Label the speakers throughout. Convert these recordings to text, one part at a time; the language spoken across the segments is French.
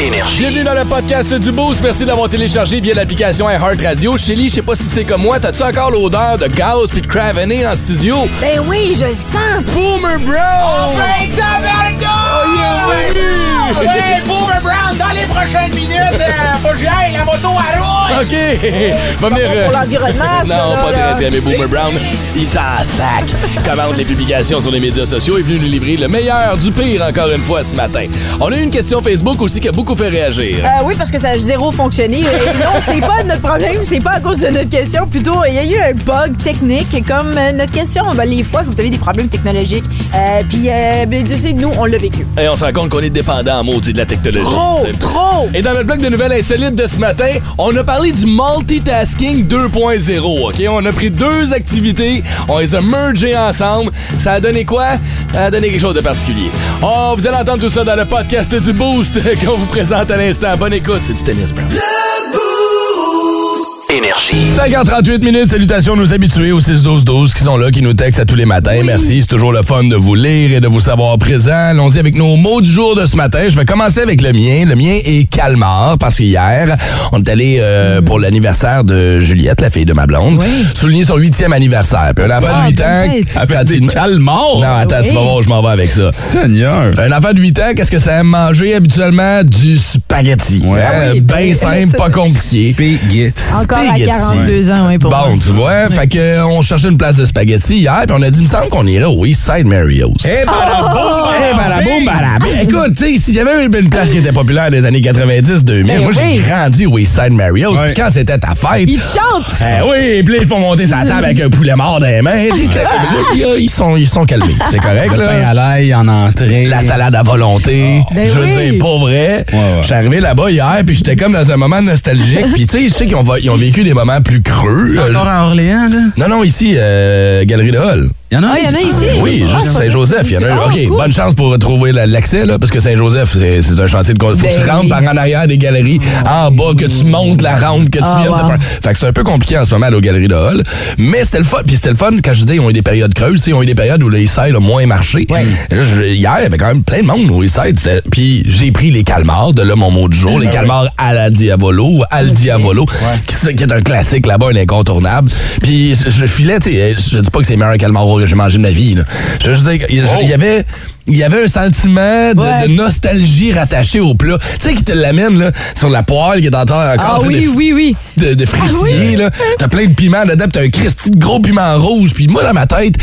Speaker 1: Énergie.
Speaker 2: Bienvenue dans le podcast du Boost. Merci d'avoir téléchargé via l'application iHeartRadio. Chélie, je sais pas si c'est comme moi, t'as-tu encore l'odeur de gaz puis de cravené en studio?
Speaker 3: Ben oui, je le sens. Oh, ben
Speaker 2: Boomer Bro! Ben
Speaker 4: Break the
Speaker 2: Il est
Speaker 4: barrier!
Speaker 2: revenu!
Speaker 4: Hey, Boomer Brown, dans les prochaines minutes, euh, faut que j'y aille, la moto à roue!
Speaker 2: OK! Va venir.
Speaker 3: bon
Speaker 2: euh,
Speaker 3: Ben pour l'environnement, ça,
Speaker 2: Non,
Speaker 3: là,
Speaker 2: pas très,
Speaker 3: là.
Speaker 2: très, mais Boomer Brown, il s'en sac. Commente les publications sur les médias sociaux et est venu nous livrer le meilleur du pire encore une fois ce matin. On a eu une question Facebook aussi qui a beaucoup fait réagir.
Speaker 3: Euh, oui, parce que ça a zéro fonctionné. Et non, c'est pas notre problème, c'est pas à cause de notre question. Plutôt, il y a eu un bug technique. Et Comme euh, notre question, ben, les fois que vous avez des problèmes technologiques, euh, puis euh, ben, tu sais, nous, on l'a vécu.
Speaker 2: Et on se rend compte qu'on est dépendant en maudit de la technologie.
Speaker 3: Trop,
Speaker 2: tu sais.
Speaker 3: trop.
Speaker 2: Et dans notre bloc de nouvelles insolites de ce matin, on a parlé du multitasking 2.0, OK? On a pris deux activités, on les a mergées ensemble. Ça a donné quoi? Ça a donné quelque chose de particulier. Oh, vous allez entendre tout ça dans le podcast du Boost qu'on vous présente à l'instant. Bonne écoute, c'est du tennis, Brown.
Speaker 1: Énergie.
Speaker 2: 5h38 minutes, salutations nous habitués aux 6-12-12 qui sont là, qui nous textent à tous les matins. Merci, c'est toujours le fun de vous lire et de vous savoir présent. Allons-y avec nos mots du jour de ce matin. Je vais commencer avec le mien. Le mien est calmar parce qu'hier, on est allé euh,
Speaker 3: Mm.
Speaker 2: pour l'anniversaire de Juliette, la fille de ma blonde, souligner son huitième anniversaire. Puis un enfant de 8 ans...
Speaker 3: ben.
Speaker 2: quand
Speaker 5: Avec des
Speaker 2: il-
Speaker 5: calmars!
Speaker 2: Non, attends, tu vas
Speaker 3: Oui.
Speaker 2: voir, où je m'en vais avec ça.
Speaker 5: Seigneur!
Speaker 2: Un enfant de 8 ans, qu'est-ce que ça aime manger habituellement? Du spaghetti.
Speaker 5: Ouais.
Speaker 2: Hein?
Speaker 3: Ah oui,
Speaker 2: ben
Speaker 3: ben,
Speaker 2: simple, pas compliqué.
Speaker 5: Spaghetti.
Speaker 3: Encore à
Speaker 2: spaghetti.
Speaker 3: 42 ans, oui, pour
Speaker 2: Bon,
Speaker 3: moi.
Speaker 2: tu vois, fait que euh, on cherchait une place de spaghetti hier, puis on a dit, il me semble qu'on irait au East Side Mario's. ben, Eh,
Speaker 5: Eh, badaboum!
Speaker 2: baraboum,
Speaker 5: ben,
Speaker 2: barabé. Écoute, tu sais, s'il y avait une place qui était populaire des années 90-2000,
Speaker 3: Eh
Speaker 2: moi, j'ai
Speaker 3: oui.
Speaker 2: grandi au East Side Mario's,
Speaker 5: Ouais.
Speaker 2: puis quand c'était ta fête...
Speaker 3: Il te chante.
Speaker 2: Eh oui, puis là, ils font monter sa table avec un poulet mort dans les mains. Tu sais, c'était comme, là, puis, euh, Ils sont, ils sont calmés, c'est correct,
Speaker 5: Le pain
Speaker 2: là.
Speaker 5: à l'ail en entrée.
Speaker 2: La salade à volonté.
Speaker 3: Ben
Speaker 2: je veux
Speaker 3: oui.
Speaker 2: dire, pas vrai.
Speaker 5: ouais.
Speaker 2: Je suis arrivé là-bas hier, puis j'étais comme dans un moment nostalgique. Puis tu sais, je sais qu'ils ont, va- ils ont vécu des moments plus creux.
Speaker 5: C'est
Speaker 2: Euh,
Speaker 5: Encore à Orléans, là?
Speaker 2: Non, non, ici, euh, Galerie de Hall. Ben
Speaker 5: Il y en a
Speaker 3: Ah, il y en a ici?
Speaker 2: Oui,
Speaker 3: Ah,
Speaker 2: juste
Speaker 3: ça,
Speaker 2: Saint-Joseph. Il y en a un.
Speaker 3: Ah,
Speaker 2: OK,
Speaker 3: cool.
Speaker 2: bonne chance pour retrouver la- l'accès, là, parce que Saint-Joseph, c'est c'est un chantier de construction. Faut que tu
Speaker 3: Ben
Speaker 2: rentres par
Speaker 3: oui.
Speaker 2: en arrière des galeries, en bas, que tu montes la rampe, que tu
Speaker 3: Ah,
Speaker 2: viennes de
Speaker 3: wow.
Speaker 2: par- Fait que c'est un peu compliqué en ce moment, là, aux galeries de Hall. Mais c'était le fun. Puis c'était le fun quand je dis ils ont eu des périodes creuses, tu sais, ils ont eu des périodes où le East Side a moins marché. Hum. Et là, je- hier, il y avait quand même plein de monde au East Side. C'était- Puis j'ai pris les calmars, de là mon mot du jour, les calmars à la Diavolo, ou al Diavolo, qui, se- qui est un classique là-bas, un incontournable. Puis je, je filais, tu sais, je dis pas que c'est le meilleur calmar que j'ai mangé de ma vie, là. Je veux juste dire qu'il y- il y avait... Il y avait un sentiment de,
Speaker 3: Ouais.
Speaker 2: de nostalgie rattaché au plat. Tu sais, qui te l'amène là, sur la poêle qui est en train encore
Speaker 3: Ah
Speaker 2: en train de
Speaker 3: oui, oui, oui.
Speaker 2: de, de fritillé, là. T'as plein de piments dedans, pis t'as un Christy de gros piment rouge. Puis moi, dans ma tête,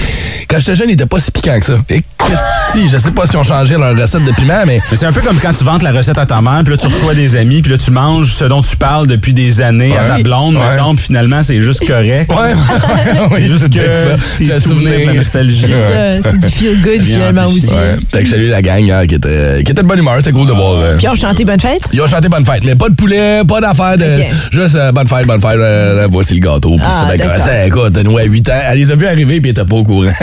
Speaker 2: quand j'étais jeune, il était pas si piquant que ça. Et Christy, je sais pas si on changeait leur recette de piment, mais
Speaker 5: Mais c'est un peu comme quand tu vantes la recette à ta mère, puis là, tu reçois des amis, puis là, tu manges ce dont tu parles depuis des années à ta blonde,
Speaker 2: Ouais.
Speaker 5: mettons, puis finalement, c'est juste correct.
Speaker 2: Ouais, ouais, ouais,
Speaker 5: Juste
Speaker 2: c'est
Speaker 5: que
Speaker 2: peut-être
Speaker 5: tes
Speaker 2: C'est un
Speaker 5: souvenirs de la nostalgie.
Speaker 3: Ça, C'est du feel good,
Speaker 5: Bien
Speaker 3: finalement,
Speaker 5: amplifié.
Speaker 3: aussi.
Speaker 2: Ouais. Fait que salut la gang hier qui était, qui était de bonne humeur, c'était cool de voir. euh,
Speaker 3: Puis on chantait Bonne fête.
Speaker 2: ils ont chanté bonne fête, mais pas de poulet, pas d'affaires de.
Speaker 3: Ok.
Speaker 2: Juste euh, bonne fête, bonne fête, euh, voici le gâteau. Puis
Speaker 3: Ah,
Speaker 2: c'était bien correct.
Speaker 3: d'accord. Oh,
Speaker 2: C'est- Écoute, nous à 8 ans, elle les a vus arriver, puis elle était pas au courant.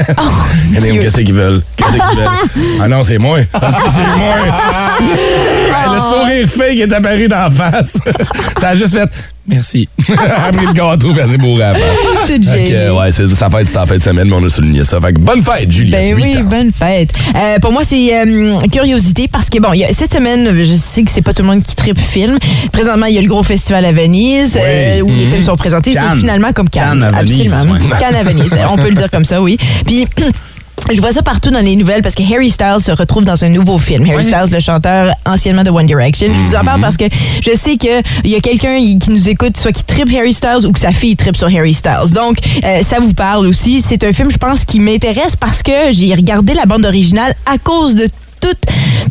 Speaker 2: Elle dit,
Speaker 3: Dieu.
Speaker 2: Qu'est-ce qu'ils veulent? Qu'est-ce qu'ils veulent? ah non, c'est moi. Ah, c'est moi.
Speaker 3: Oh.
Speaker 2: Ouais, Le sourire fake est apparu d'en face. Ça a juste fait merci. Elle a pris le gâteau, puis elle s'est bourrée avant.
Speaker 3: Toute
Speaker 2: hein. Fait que,
Speaker 3: gênée.
Speaker 2: ouais, c'est sa fête, c'est en fin de semaine, mais on a souligné ça. Fait que bonne fête, Julie.
Speaker 3: Ben oui, bonne fête. Euh, pour moi, c'est euh, curiosité parce que, bon, il y a- cette semaine, je sais que c'est pas tout le monde qui tripe film. Présentement, il y a le gros festival à Venise euh, où les films sont présentés. C'est
Speaker 5: Mhm. Cannes.
Speaker 3: finalement comme Cannes.
Speaker 5: Cannes à Venise,
Speaker 3: absolument.
Speaker 5: ouais.
Speaker 3: Cannes à Venise. On peut le dire comme ça, oui. Puis. Je vois ça partout dans les nouvelles parce que Harry Styles se retrouve dans un nouveau film. Harry
Speaker 5: Oui.
Speaker 3: Styles, le chanteur anciennement de One Direction. Je vous en parle parce que je sais que il y a quelqu'un y- qui nous écoute, soit qui tripe Harry Styles ou que sa fille tripe sur Harry Styles. Donc, euh, ça vous parle aussi. C'est un film, je pense, qui m'intéresse parce que j'ai regardé la bande originale à cause de toute,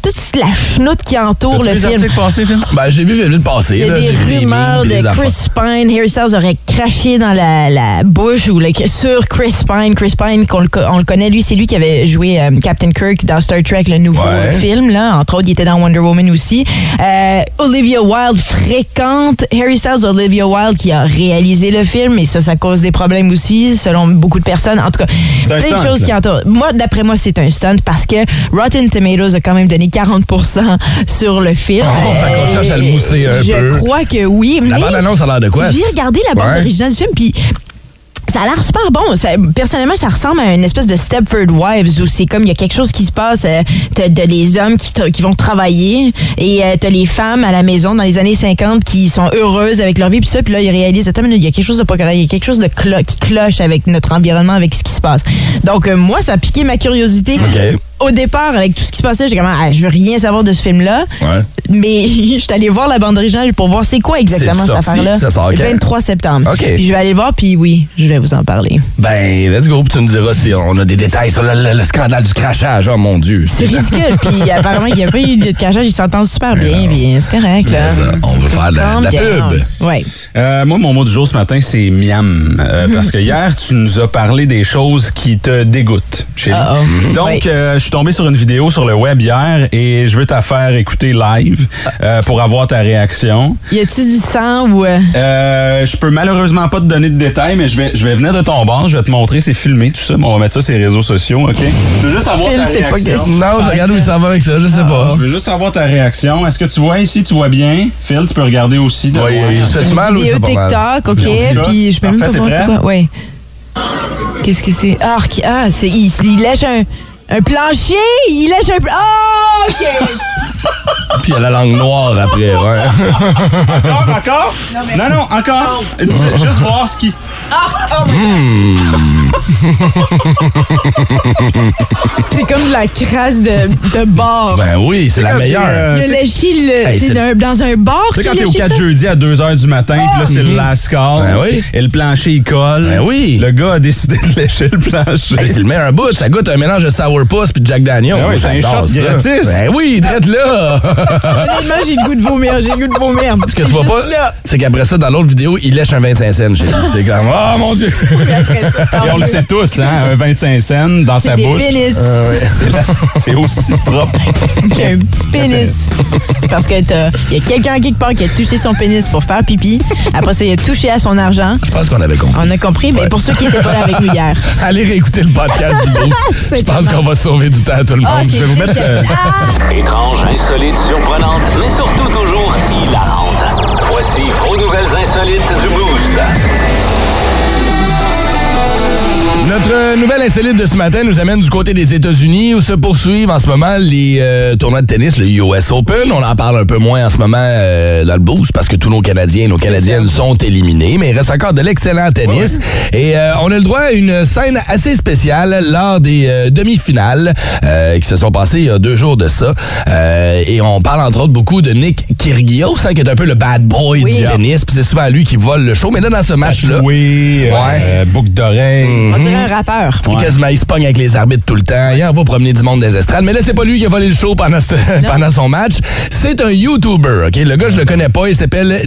Speaker 3: toute la chenoute qui entoure
Speaker 5: As-tu
Speaker 3: le
Speaker 5: les
Speaker 3: film.
Speaker 5: articles passés, Phil?
Speaker 2: Ben, j'ai vu vite passer.
Speaker 3: Il y a
Speaker 2: là,
Speaker 3: des
Speaker 2: j'ai vu
Speaker 3: rumeurs
Speaker 2: memes,
Speaker 3: de
Speaker 2: des affaires.
Speaker 3: Chris Pine. Harry Styles aurait craché dans la, la bouche ou le- sur Chris Pine. Chris Pine, qu'on le co- on le connaît, lui, c'est lui qui avait joué euh, Captain Kirk dans Star Trek, le nouveau
Speaker 2: Ouais.
Speaker 3: film. Là. Entre autres, il était dans Wonder Woman aussi. Euh, Olivia Wilde fréquente Harry Styles, Olivia Wilde qui a réalisé le film, et ça, ça cause des problèmes aussi, selon beaucoup de personnes. En tout cas,
Speaker 5: C'est un
Speaker 3: plein de
Speaker 5: stunt,
Speaker 3: choses
Speaker 5: là.
Speaker 3: qui entourent. Moi, d'après moi, c'est un stunt parce que Rotten Tomatoes a quand même donné 40 sur le film.
Speaker 2: Oh, fait qu'on cherche à le mousser un
Speaker 3: Je
Speaker 2: peu.
Speaker 3: crois que oui, mais
Speaker 2: La bande-annonce a l'air de quoi?
Speaker 3: j'ai regardé la bande
Speaker 2: Ouais.
Speaker 3: originale du film, puis ça a l'air super bon. Ça- personnellement, ça ressemble à une espèce de Stepford Wives où c'est comme il y a quelque chose qui se passe. euh, T'as t'as les hommes qui, tra- qui vont travailler et euh, t'as les femmes à la maison dans les années 50 qui sont heureuses avec leur vie. Puis ça, puis là, ils réalisent, attends, une minute, il y a quelque chose de pas correct. Il y a quelque chose de clo- qui cloche avec notre environnement, avec ce qui se passe. Donc, euh, moi, ça a piqué ma curiosité.
Speaker 2: OK.
Speaker 3: Au départ, avec tout ce qui se passait, j'ai comme, ah, je veux rien savoir de ce film-là.
Speaker 2: Ouais.
Speaker 3: Mais je suis allée voir la bande originale pour voir c'est quoi exactement
Speaker 2: C'est
Speaker 3: cette
Speaker 2: sorti,
Speaker 3: affaire-là.
Speaker 2: ça sort
Speaker 3: Le
Speaker 2: quand?
Speaker 3: 23 septembre.
Speaker 2: OK.
Speaker 3: Puis je vais aller voir, puis oui, je vais vous en parler.
Speaker 2: Ben, let's go, puis tu nous diras si on a des détails sur le, le- le scandale du crachage. Oh mon Dieu.
Speaker 3: C'est ridicule. puis apparemment, il n'y a pas eu de cachage. Ils s'entendent super bien. Puis c'est correct. Là.
Speaker 2: Mais ça, on veut faire de la- de la pub.
Speaker 3: Oui.
Speaker 5: Euh, moi, mon mot du jour ce matin, c'est miam. Euh, parce que hier, tu nous as parlé des choses qui te dégoûtent, Chélie.
Speaker 3: Uh-oh.
Speaker 5: Donc,
Speaker 3: Ah, oh. Oui.
Speaker 5: euh, je suis tombé sur une vidéo sur le web hier et je veux te la faire écouter live euh, pour avoir ta réaction.
Speaker 3: Y a-tu du sang ou. euh,
Speaker 5: Euh, je peux malheureusement pas te donner de détails, mais je vais, je vais venir de ton bord, je vais te montrer, c'est filmé, tout ça, mais on va mettre ça sur les réseaux sociaux, OK? Je veux juste avoir
Speaker 3: Phil,
Speaker 5: ta
Speaker 3: c'est pas
Speaker 5: réaction.
Speaker 3: question.
Speaker 2: Non, je regarde où il s'en va avec ça, je sais pas.
Speaker 5: Je veux juste avoir ta réaction. Est-ce que tu vois ici, tu vois bien? Phil, tu peux regarder aussi. de loin.
Speaker 2: Oui, se tu mal ou
Speaker 3: Ah. Vidéo
Speaker 2: c'est pas mal?
Speaker 3: TikTok, OK.
Speaker 5: On y va.
Speaker 3: Puis je peux même pas
Speaker 5: Parfait,
Speaker 3: voir
Speaker 5: t'es
Speaker 3: c'est
Speaker 5: prêt?
Speaker 3: quoi. Oui. Qu'est-ce que c'est? Ah, qui- ah c'est, il, il lèche un, un plancher. Il lèche un. pla- Oh, OK.
Speaker 2: Puis il y a la langue noire après, ouais.
Speaker 5: Encore, encore? Non, non, encore. Tu- Juste voir ce qui.
Speaker 3: C'est comme de la crasse de, de bar.
Speaker 2: Ben oui, c'est la
Speaker 5: comme,
Speaker 2: meilleure.
Speaker 5: euh,
Speaker 3: Il a
Speaker 5: tu sais-
Speaker 3: léché le-
Speaker 2: Hey,
Speaker 3: c'est
Speaker 2: c'est-
Speaker 3: dans un- dans un bar.
Speaker 5: Tu sais, quand
Speaker 3: qu'il a
Speaker 5: t'es au
Speaker 3: léché
Speaker 5: 4
Speaker 3: ça?
Speaker 5: jeudi à 2 h du matin, puis là, c'est le last call.
Speaker 2: Ben oui.
Speaker 5: Et le plancher, il colle.
Speaker 2: Ben oui.
Speaker 5: Le gars a décidé de lécher le plancher.
Speaker 2: Hey, c'est le meilleur bout, ça goûte un mélange de sourpuss puis de Jack Daniel.
Speaker 5: Ben oui, c'est un shot gratis.
Speaker 2: Ben oui, traite là.
Speaker 3: Honnêtement, j'ai le goût de vomir. J'ai le goût de vomir.
Speaker 2: Ce Ah. que tu vois pas, c'est qu'après ça, dans l'autre vidéo, il lèche un 25 cents chez lui. C'est comme, oh mon Dieu!
Speaker 5: Et on le sait tous, hein, un 25 cents dans sa
Speaker 3: C'est des
Speaker 5: bouche.
Speaker 3: pénis.
Speaker 2: Ah
Speaker 5: C'est la- C'est aussi propre.
Speaker 3: un pénis. Parce que t'as- il y a quelqu'un quelque part qui a touché son pénis pour faire pipi. Après ça, il a touché à son argent.
Speaker 2: Je pense qu'on avait compris.
Speaker 3: On a compris, mais pour ceux qui n'étaient pas là avec nous hier.
Speaker 2: Allez réécouter le podcast du Boost.
Speaker 3: C'est
Speaker 2: Je pense
Speaker 3: tellement-
Speaker 2: qu'on va sauver du temps à tout le monde.
Speaker 3: Ah,
Speaker 2: Je vais
Speaker 3: c'est Ah,
Speaker 2: vous mettre. euh,
Speaker 3: dégueulasse.
Speaker 1: Étrange, insolite, surprenante, mais surtout toujours hilarante. Voici vos nouvelles insolites du Boost.
Speaker 2: Notre euh, nouvelle insolite de ce matin nous amène du côté des États-Unis où se poursuivent en ce moment les euh, tournois de tennis, le US Open. On en parle un peu moins en ce moment euh, dans le boost parce que tous nos Canadiens et nos Canadiennes sont éliminés, mais il reste encore de l'excellent tennis. Et euh, on a le droit à une scène assez spéciale lors des euh, demi-finales euh, qui se sont passées il y a deux jours de ça. Euh, et on parle entre autres beaucoup de Nick Kyrgios, hein, qui est un peu le bad boy
Speaker 3: Oui.
Speaker 2: du tennis. Puis c'est souvent lui qui vole le show. Mais là, dans ce match-là... Mhm.
Speaker 5: Oui, euh,
Speaker 2: Ouais.
Speaker 5: boucle d'oreille.
Speaker 3: On dirait un rappeur.
Speaker 2: Puis quasiment, il se pogne avec les arbitres tout le temps. Il en va promener du monde des estrades. Mais là, c'est pas lui qui a volé le show pendant, ce- pendant son match. C'est un YouTuber, OK? Le gars, je le connais pas. Il s'appelle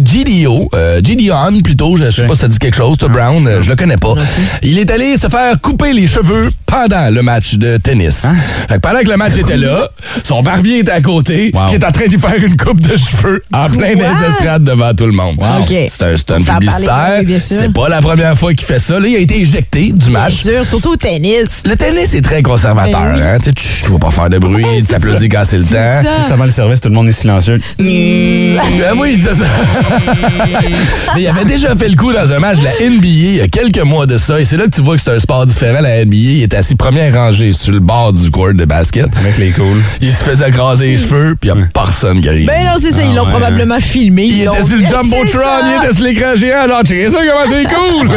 Speaker 2: GDO. Euh, GDON, plutôt. Je sais pas si ça dit quelque chose. Toi, Brown, euh, je le connais pas. Il est allé se faire couper les cheveux pendant le match de tennis.
Speaker 3: Hein?
Speaker 2: Fait que pendant que le match était là, son barbier était à côté,
Speaker 5: Wow.
Speaker 2: qui est en train d'y faire une coupe de cheveux en plein des estrades devant tout le monde.
Speaker 3: OK.
Speaker 2: C'est un, c'est un
Speaker 3: Faut en parler,
Speaker 2: publicitaire.
Speaker 3: oui, bien sûr.
Speaker 2: C'est pas la première fois qu'il fait ça. Là, il a été éjecté du match.
Speaker 3: Bien sûr, surtout au tennis.
Speaker 2: Le tennis est très conservateur,
Speaker 3: Ben oui.
Speaker 2: hein. Tu sais, tch, tu vas pas faire de bruit, tu t'applaudis quand c'est le temps.
Speaker 3: Mm.
Speaker 5: Juste avant le service, tout le monde est silencieux.
Speaker 2: Ben oui, c'est ça. Mais il avait déjà fait le coup dans un match de la NBA il y a quelques mois de ça. Et c'est là que tu vois que c'est un sport différent. La NBA, il est assis première rangée sur le bord du court de basket.
Speaker 5: Avec les cools.
Speaker 2: Il se faisait écraser les cheveux, puis il y a personne qui arrive.
Speaker 3: Ben non, c'est ça, ils l'ont
Speaker 5: ouais,
Speaker 3: probablement filmé.
Speaker 2: Ah Il
Speaker 3: ils
Speaker 2: était
Speaker 3: l'ont-
Speaker 2: sur le
Speaker 3: C'est
Speaker 2: Jumbotron,
Speaker 3: ça.
Speaker 2: il était sur l'écran géant. Genre, checker ça, comment c'est cool!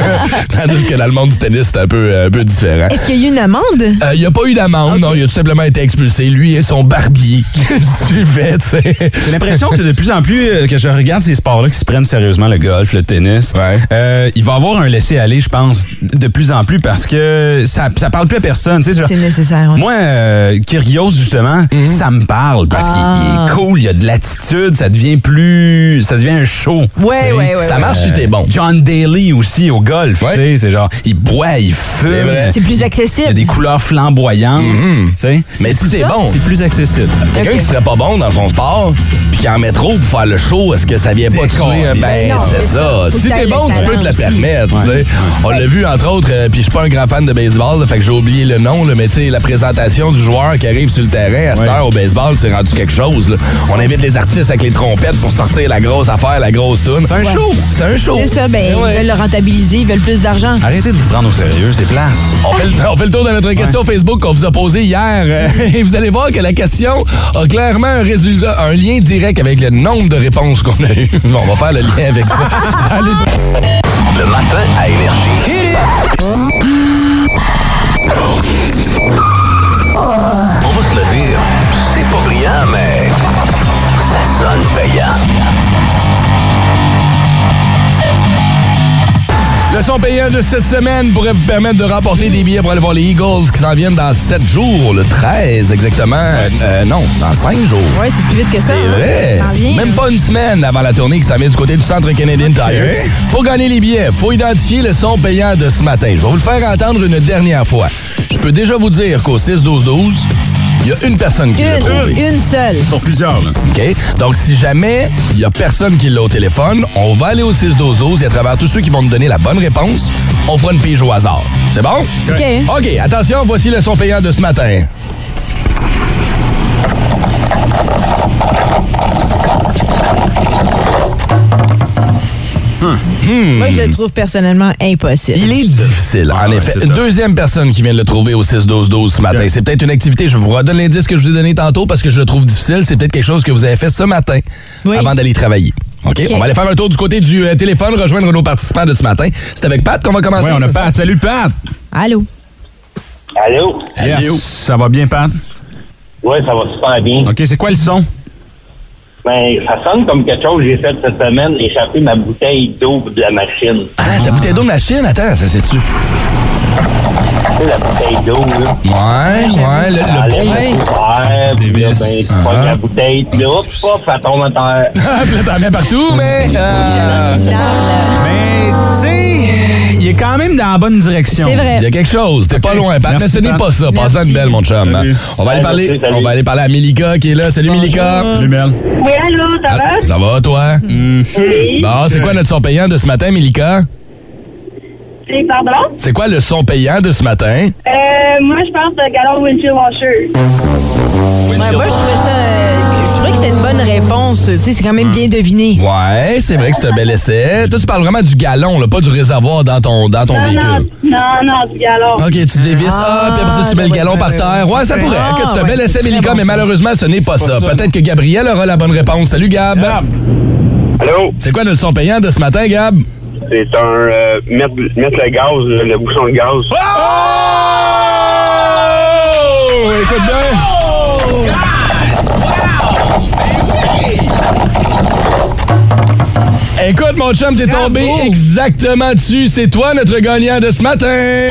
Speaker 2: Tandis que dans le monde du tennis, c'est un peu, euh, un peu différent.
Speaker 3: Est-ce qu'il y a eu une amende?
Speaker 2: Euh, il a pas eu d'amende, non. Il a tout simplement été expulsé. Lui et son barbier qui le suivait, tu sais.
Speaker 5: J'ai l'impression que de plus en plus euh, que je regarde ces sports-là qui se prennent sérieusement, le golf, le tennis,
Speaker 2: Ouais.
Speaker 5: euh, il va avoir un laisser-aller, je pense, de plus en plus parce que ça, ça parle plus à personne. tu sais, genre-
Speaker 3: C'est nécessaire. ouais.
Speaker 5: Moi, euh, Kyrgios, justement, ça me parle parce
Speaker 3: Ah.
Speaker 5: qu'il il est cool, il y a de l'attitude, ça devient plus. ça devient un show.
Speaker 3: Ouais,
Speaker 5: tu sais. Euh,
Speaker 3: ouais, ouais,
Speaker 2: Ça marche si t'es bon.
Speaker 5: John Daly aussi au golf,
Speaker 2: Ouais.
Speaker 5: tu sais, c'est genre, il boit, il fume.
Speaker 2: vrai.
Speaker 3: C'est plus
Speaker 5: Il y
Speaker 3: accessible.
Speaker 5: a des couleurs flamboyantes, tu sais.
Speaker 2: Mhm. Mais si t'es bon.
Speaker 5: C'est plus accessible.
Speaker 2: Quelqu'un qui serait pas bon dans son sport, puis qui en met trop pour faire le show, est-ce que ça vient pas de
Speaker 5: Décor,
Speaker 2: tuer?
Speaker 5: décor.
Speaker 2: Ben,
Speaker 3: Non,
Speaker 2: c'est
Speaker 3: c'est
Speaker 2: ça.
Speaker 3: ça. Faut
Speaker 2: Si
Speaker 3: que
Speaker 2: t'es
Speaker 3: t'aies
Speaker 2: bon,
Speaker 3: le
Speaker 2: tu peux te
Speaker 3: talent
Speaker 2: la
Speaker 3: aussi.
Speaker 2: permettre. tu sais. On l'a vu, entre autres, euh, puis je suis pas un grand fan de baseball, là, fait que j'ai oublié le nom, là, mais tu sais, la présentation du joueur qui arrive sur le terrain à cette
Speaker 5: Ouais.
Speaker 2: heure au baseball, c'est rendu quelque chose. là. On invite les artistes avec les trompettes pour sortir la grosse affaire, la grosse toune. C'est un show! C'est un show!
Speaker 3: C'est ça, ben, ils veulent le rentabiliser, ils veulent plus d'argent.
Speaker 5: Arrêtez de vous prendre au sérieux, c'est plat.
Speaker 2: On fait, le, on fait le tour de notre question Facebook qu'on vous a posée hier. euh, Et vous allez voir que la question a clairement un résultat, un lien direct avec le nombre de réponses qu'on a eues. Bon, on va faire le lien avec ça. Allez.
Speaker 1: Le matin à Énergie. On va se le dire, c'est pas brillant, mais ça sonne payant.
Speaker 2: Leçon payante de cette semaine pourrait vous permettre de remporter des billets pour aller voir les Eagles qui s'en viennent dans 7 jours, le 13 exactement. Euh, non, dans 5 jours.
Speaker 3: Ouais, c'est plus vite que ça.
Speaker 2: C'est
Speaker 3: hein.
Speaker 2: vrai.
Speaker 3: Ça s'en vient.
Speaker 2: Même pas une semaine avant la tournée qui s'en vient du côté du Centre Canadian Tire. Pour gagner les billets, faut identifier le son payant de ce matin. Je vais vous le faire entendre une dernière fois. Je peux déjà vous dire qu'au 6-12-12, il y a une personne qui l'a trouvé.
Speaker 3: Une, une seule.
Speaker 5: Pour plusieurs, là.
Speaker 2: OK? Donc, si jamais il n'y a personne qui l'a au téléphone, on va aller au 6-12-12 et à travers tous ceux qui vont nous donner la bonne réponse, on fera une pige au hasard. C'est bon?
Speaker 3: OK.
Speaker 2: OK, attention, voici le son payant de ce matin.
Speaker 3: Moi, je le trouve personnellement impossible.
Speaker 2: Hmm. Il est difficile, en
Speaker 5: Ah Ouais,
Speaker 2: effet.
Speaker 5: c'est ça.
Speaker 2: Deuxième personne qui vient de le trouver au 6-12-12 ce matin.
Speaker 5: Ok.
Speaker 2: C'est peut-être une activité, je vous redonne l'indice que je vous ai donné tantôt parce que je le trouve difficile. C'est peut-être quelque chose que vous avez fait ce matin
Speaker 3: Oui.
Speaker 2: avant d'aller travailler. OK?
Speaker 3: Ok.
Speaker 2: On va aller faire un tour du côté du euh, téléphone, rejoindre nos participants de ce matin. C'est avec Pat qu'on va commencer.
Speaker 5: Ouais, on a
Speaker 2: C'est
Speaker 5: Pat. Salut, Pat!
Speaker 3: Allô?
Speaker 6: Allô?
Speaker 5: Yes. Ça va bien, Pat?
Speaker 6: Ouais, ça va super bien.
Speaker 5: OK, c'est quoi le son?
Speaker 6: Ben, ça sonne comme quelque chose que j'ai fait cette semaine, échapper ma bouteille d'eau de la machine.
Speaker 2: ça? Ah, ta bouteille d'eau de machine? Attends, ça c'est-tu?
Speaker 6: Tu sais, la bouteille d'eau, là.
Speaker 2: Ouais,
Speaker 3: Ah,
Speaker 2: ouais, le, le
Speaker 6: Ça enlève
Speaker 2: bon.
Speaker 6: la poussière, puis là,
Speaker 5: vis.
Speaker 6: ben, tu pognes
Speaker 2: Ah.
Speaker 6: la bouteille, puis là, hop, paf, ça tombe à terre.
Speaker 2: Ah, puis là, t'en mets partout, mais. euh,
Speaker 3: Non, là.
Speaker 5: Mais, Ben, tu sais, il est quand même dans la bonne direction.
Speaker 3: C'est vrai.
Speaker 2: Il y a quelque chose, t'es pas loin, Pat,
Speaker 5: Merci,
Speaker 2: mais ce n'est
Speaker 5: Pat.
Speaker 2: pas ça.
Speaker 3: Merci.
Speaker 2: Passez une belle, mon chum.
Speaker 5: Salut.
Speaker 2: On va aller
Speaker 6: Ouais,
Speaker 2: parler,
Speaker 6: merci, salut.
Speaker 2: on va aller parler à Milika qui est là. Salut Milika.
Speaker 3: Euh,
Speaker 5: Salut, Mel.
Speaker 7: Oui, allô, ça va?
Speaker 2: Ah, Ça va, toi?
Speaker 3: Mm-hmm.
Speaker 7: Oui.
Speaker 2: Bon, c'est quoi notre son payant de ce matin, Milika?
Speaker 7: Et pardon?
Speaker 2: C'est quoi le son payant de ce matin?
Speaker 7: Euh, moi, je pense de galon windshield washer.
Speaker 3: Ouais, moi, je trouvais ça. euh, je trouvais que c'était une bonne réponse. Tu sais, c'est quand
Speaker 2: Hmm.
Speaker 3: même bien deviné.
Speaker 2: Ouais, c'est vrai que c'est un bel essai. Toi, tu parles vraiment du galon, là, pas du réservoir dans ton, dans ton
Speaker 7: Non, non,
Speaker 2: véhicule.
Speaker 7: non, non, du galon.
Speaker 2: OK, tu dévisses, ah,
Speaker 3: Ah,
Speaker 2: puis après ça, tu mets le
Speaker 3: ouais,
Speaker 2: galon
Speaker 3: ouais,
Speaker 2: par
Speaker 3: ouais,
Speaker 2: terre. Ouais, ça pourrait.
Speaker 3: Ah,
Speaker 2: que tu as un
Speaker 3: ouais,
Speaker 2: bel essai,
Speaker 3: c'est
Speaker 2: Milika,
Speaker 3: très bon,
Speaker 2: mais
Speaker 3: ça.
Speaker 2: malheureusement, ce n'est pas ça.
Speaker 5: ça.
Speaker 2: Peut-être que Gabriel aura la bonne réponse. Salut, Gab.
Speaker 6: Allô?
Speaker 2: C'est quoi notre son payant de ce matin, Gab?
Speaker 6: C'est un, euh, mettre, le gaz, euh, le bouchon de gaz.
Speaker 2: Ah! Oh! Écoute bien. Écoute, mon chum, t'es tombé exactement dessus. C'est toi, notre gagnant de ce matin.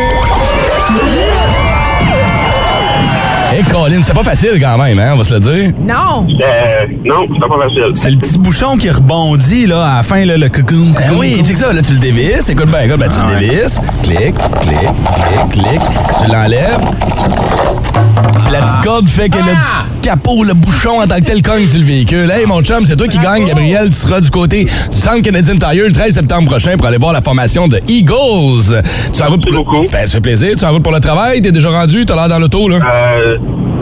Speaker 2: Hey, Colin, c'est pas facile quand même, hein, on va se le dire.
Speaker 3: Non!
Speaker 6: Euh, non, c'est pas facile.
Speaker 5: C'est le petit bouchon qui rebondit, là, à la fin, là, le coucou.
Speaker 2: Ben oui, check ça, là, tu le dévisses. Écoute bien, écoute, ben, tu
Speaker 5: Ah
Speaker 2: le
Speaker 5: ouais.
Speaker 2: dévisses. Clic, clic, clic, clic. Tu l'enlèves. Puis La petite corde fait que
Speaker 6: Ah!
Speaker 2: le capot, le bouchon en tant que tel cogne sur le véhicule. Hey, mon chum, c'est toi qui gagne, Gabriel. Tu seras du côté du Centre Canadien Tire le 13 septembre prochain pour aller voir la formation de Eagles. Tu es en route pour...
Speaker 6: beaucoup.
Speaker 2: Ben, ça fait plaisir. Tu es en route pour le travail. T'es déjà rendu. T'as l'air dans l'auto, là.
Speaker 6: Euh,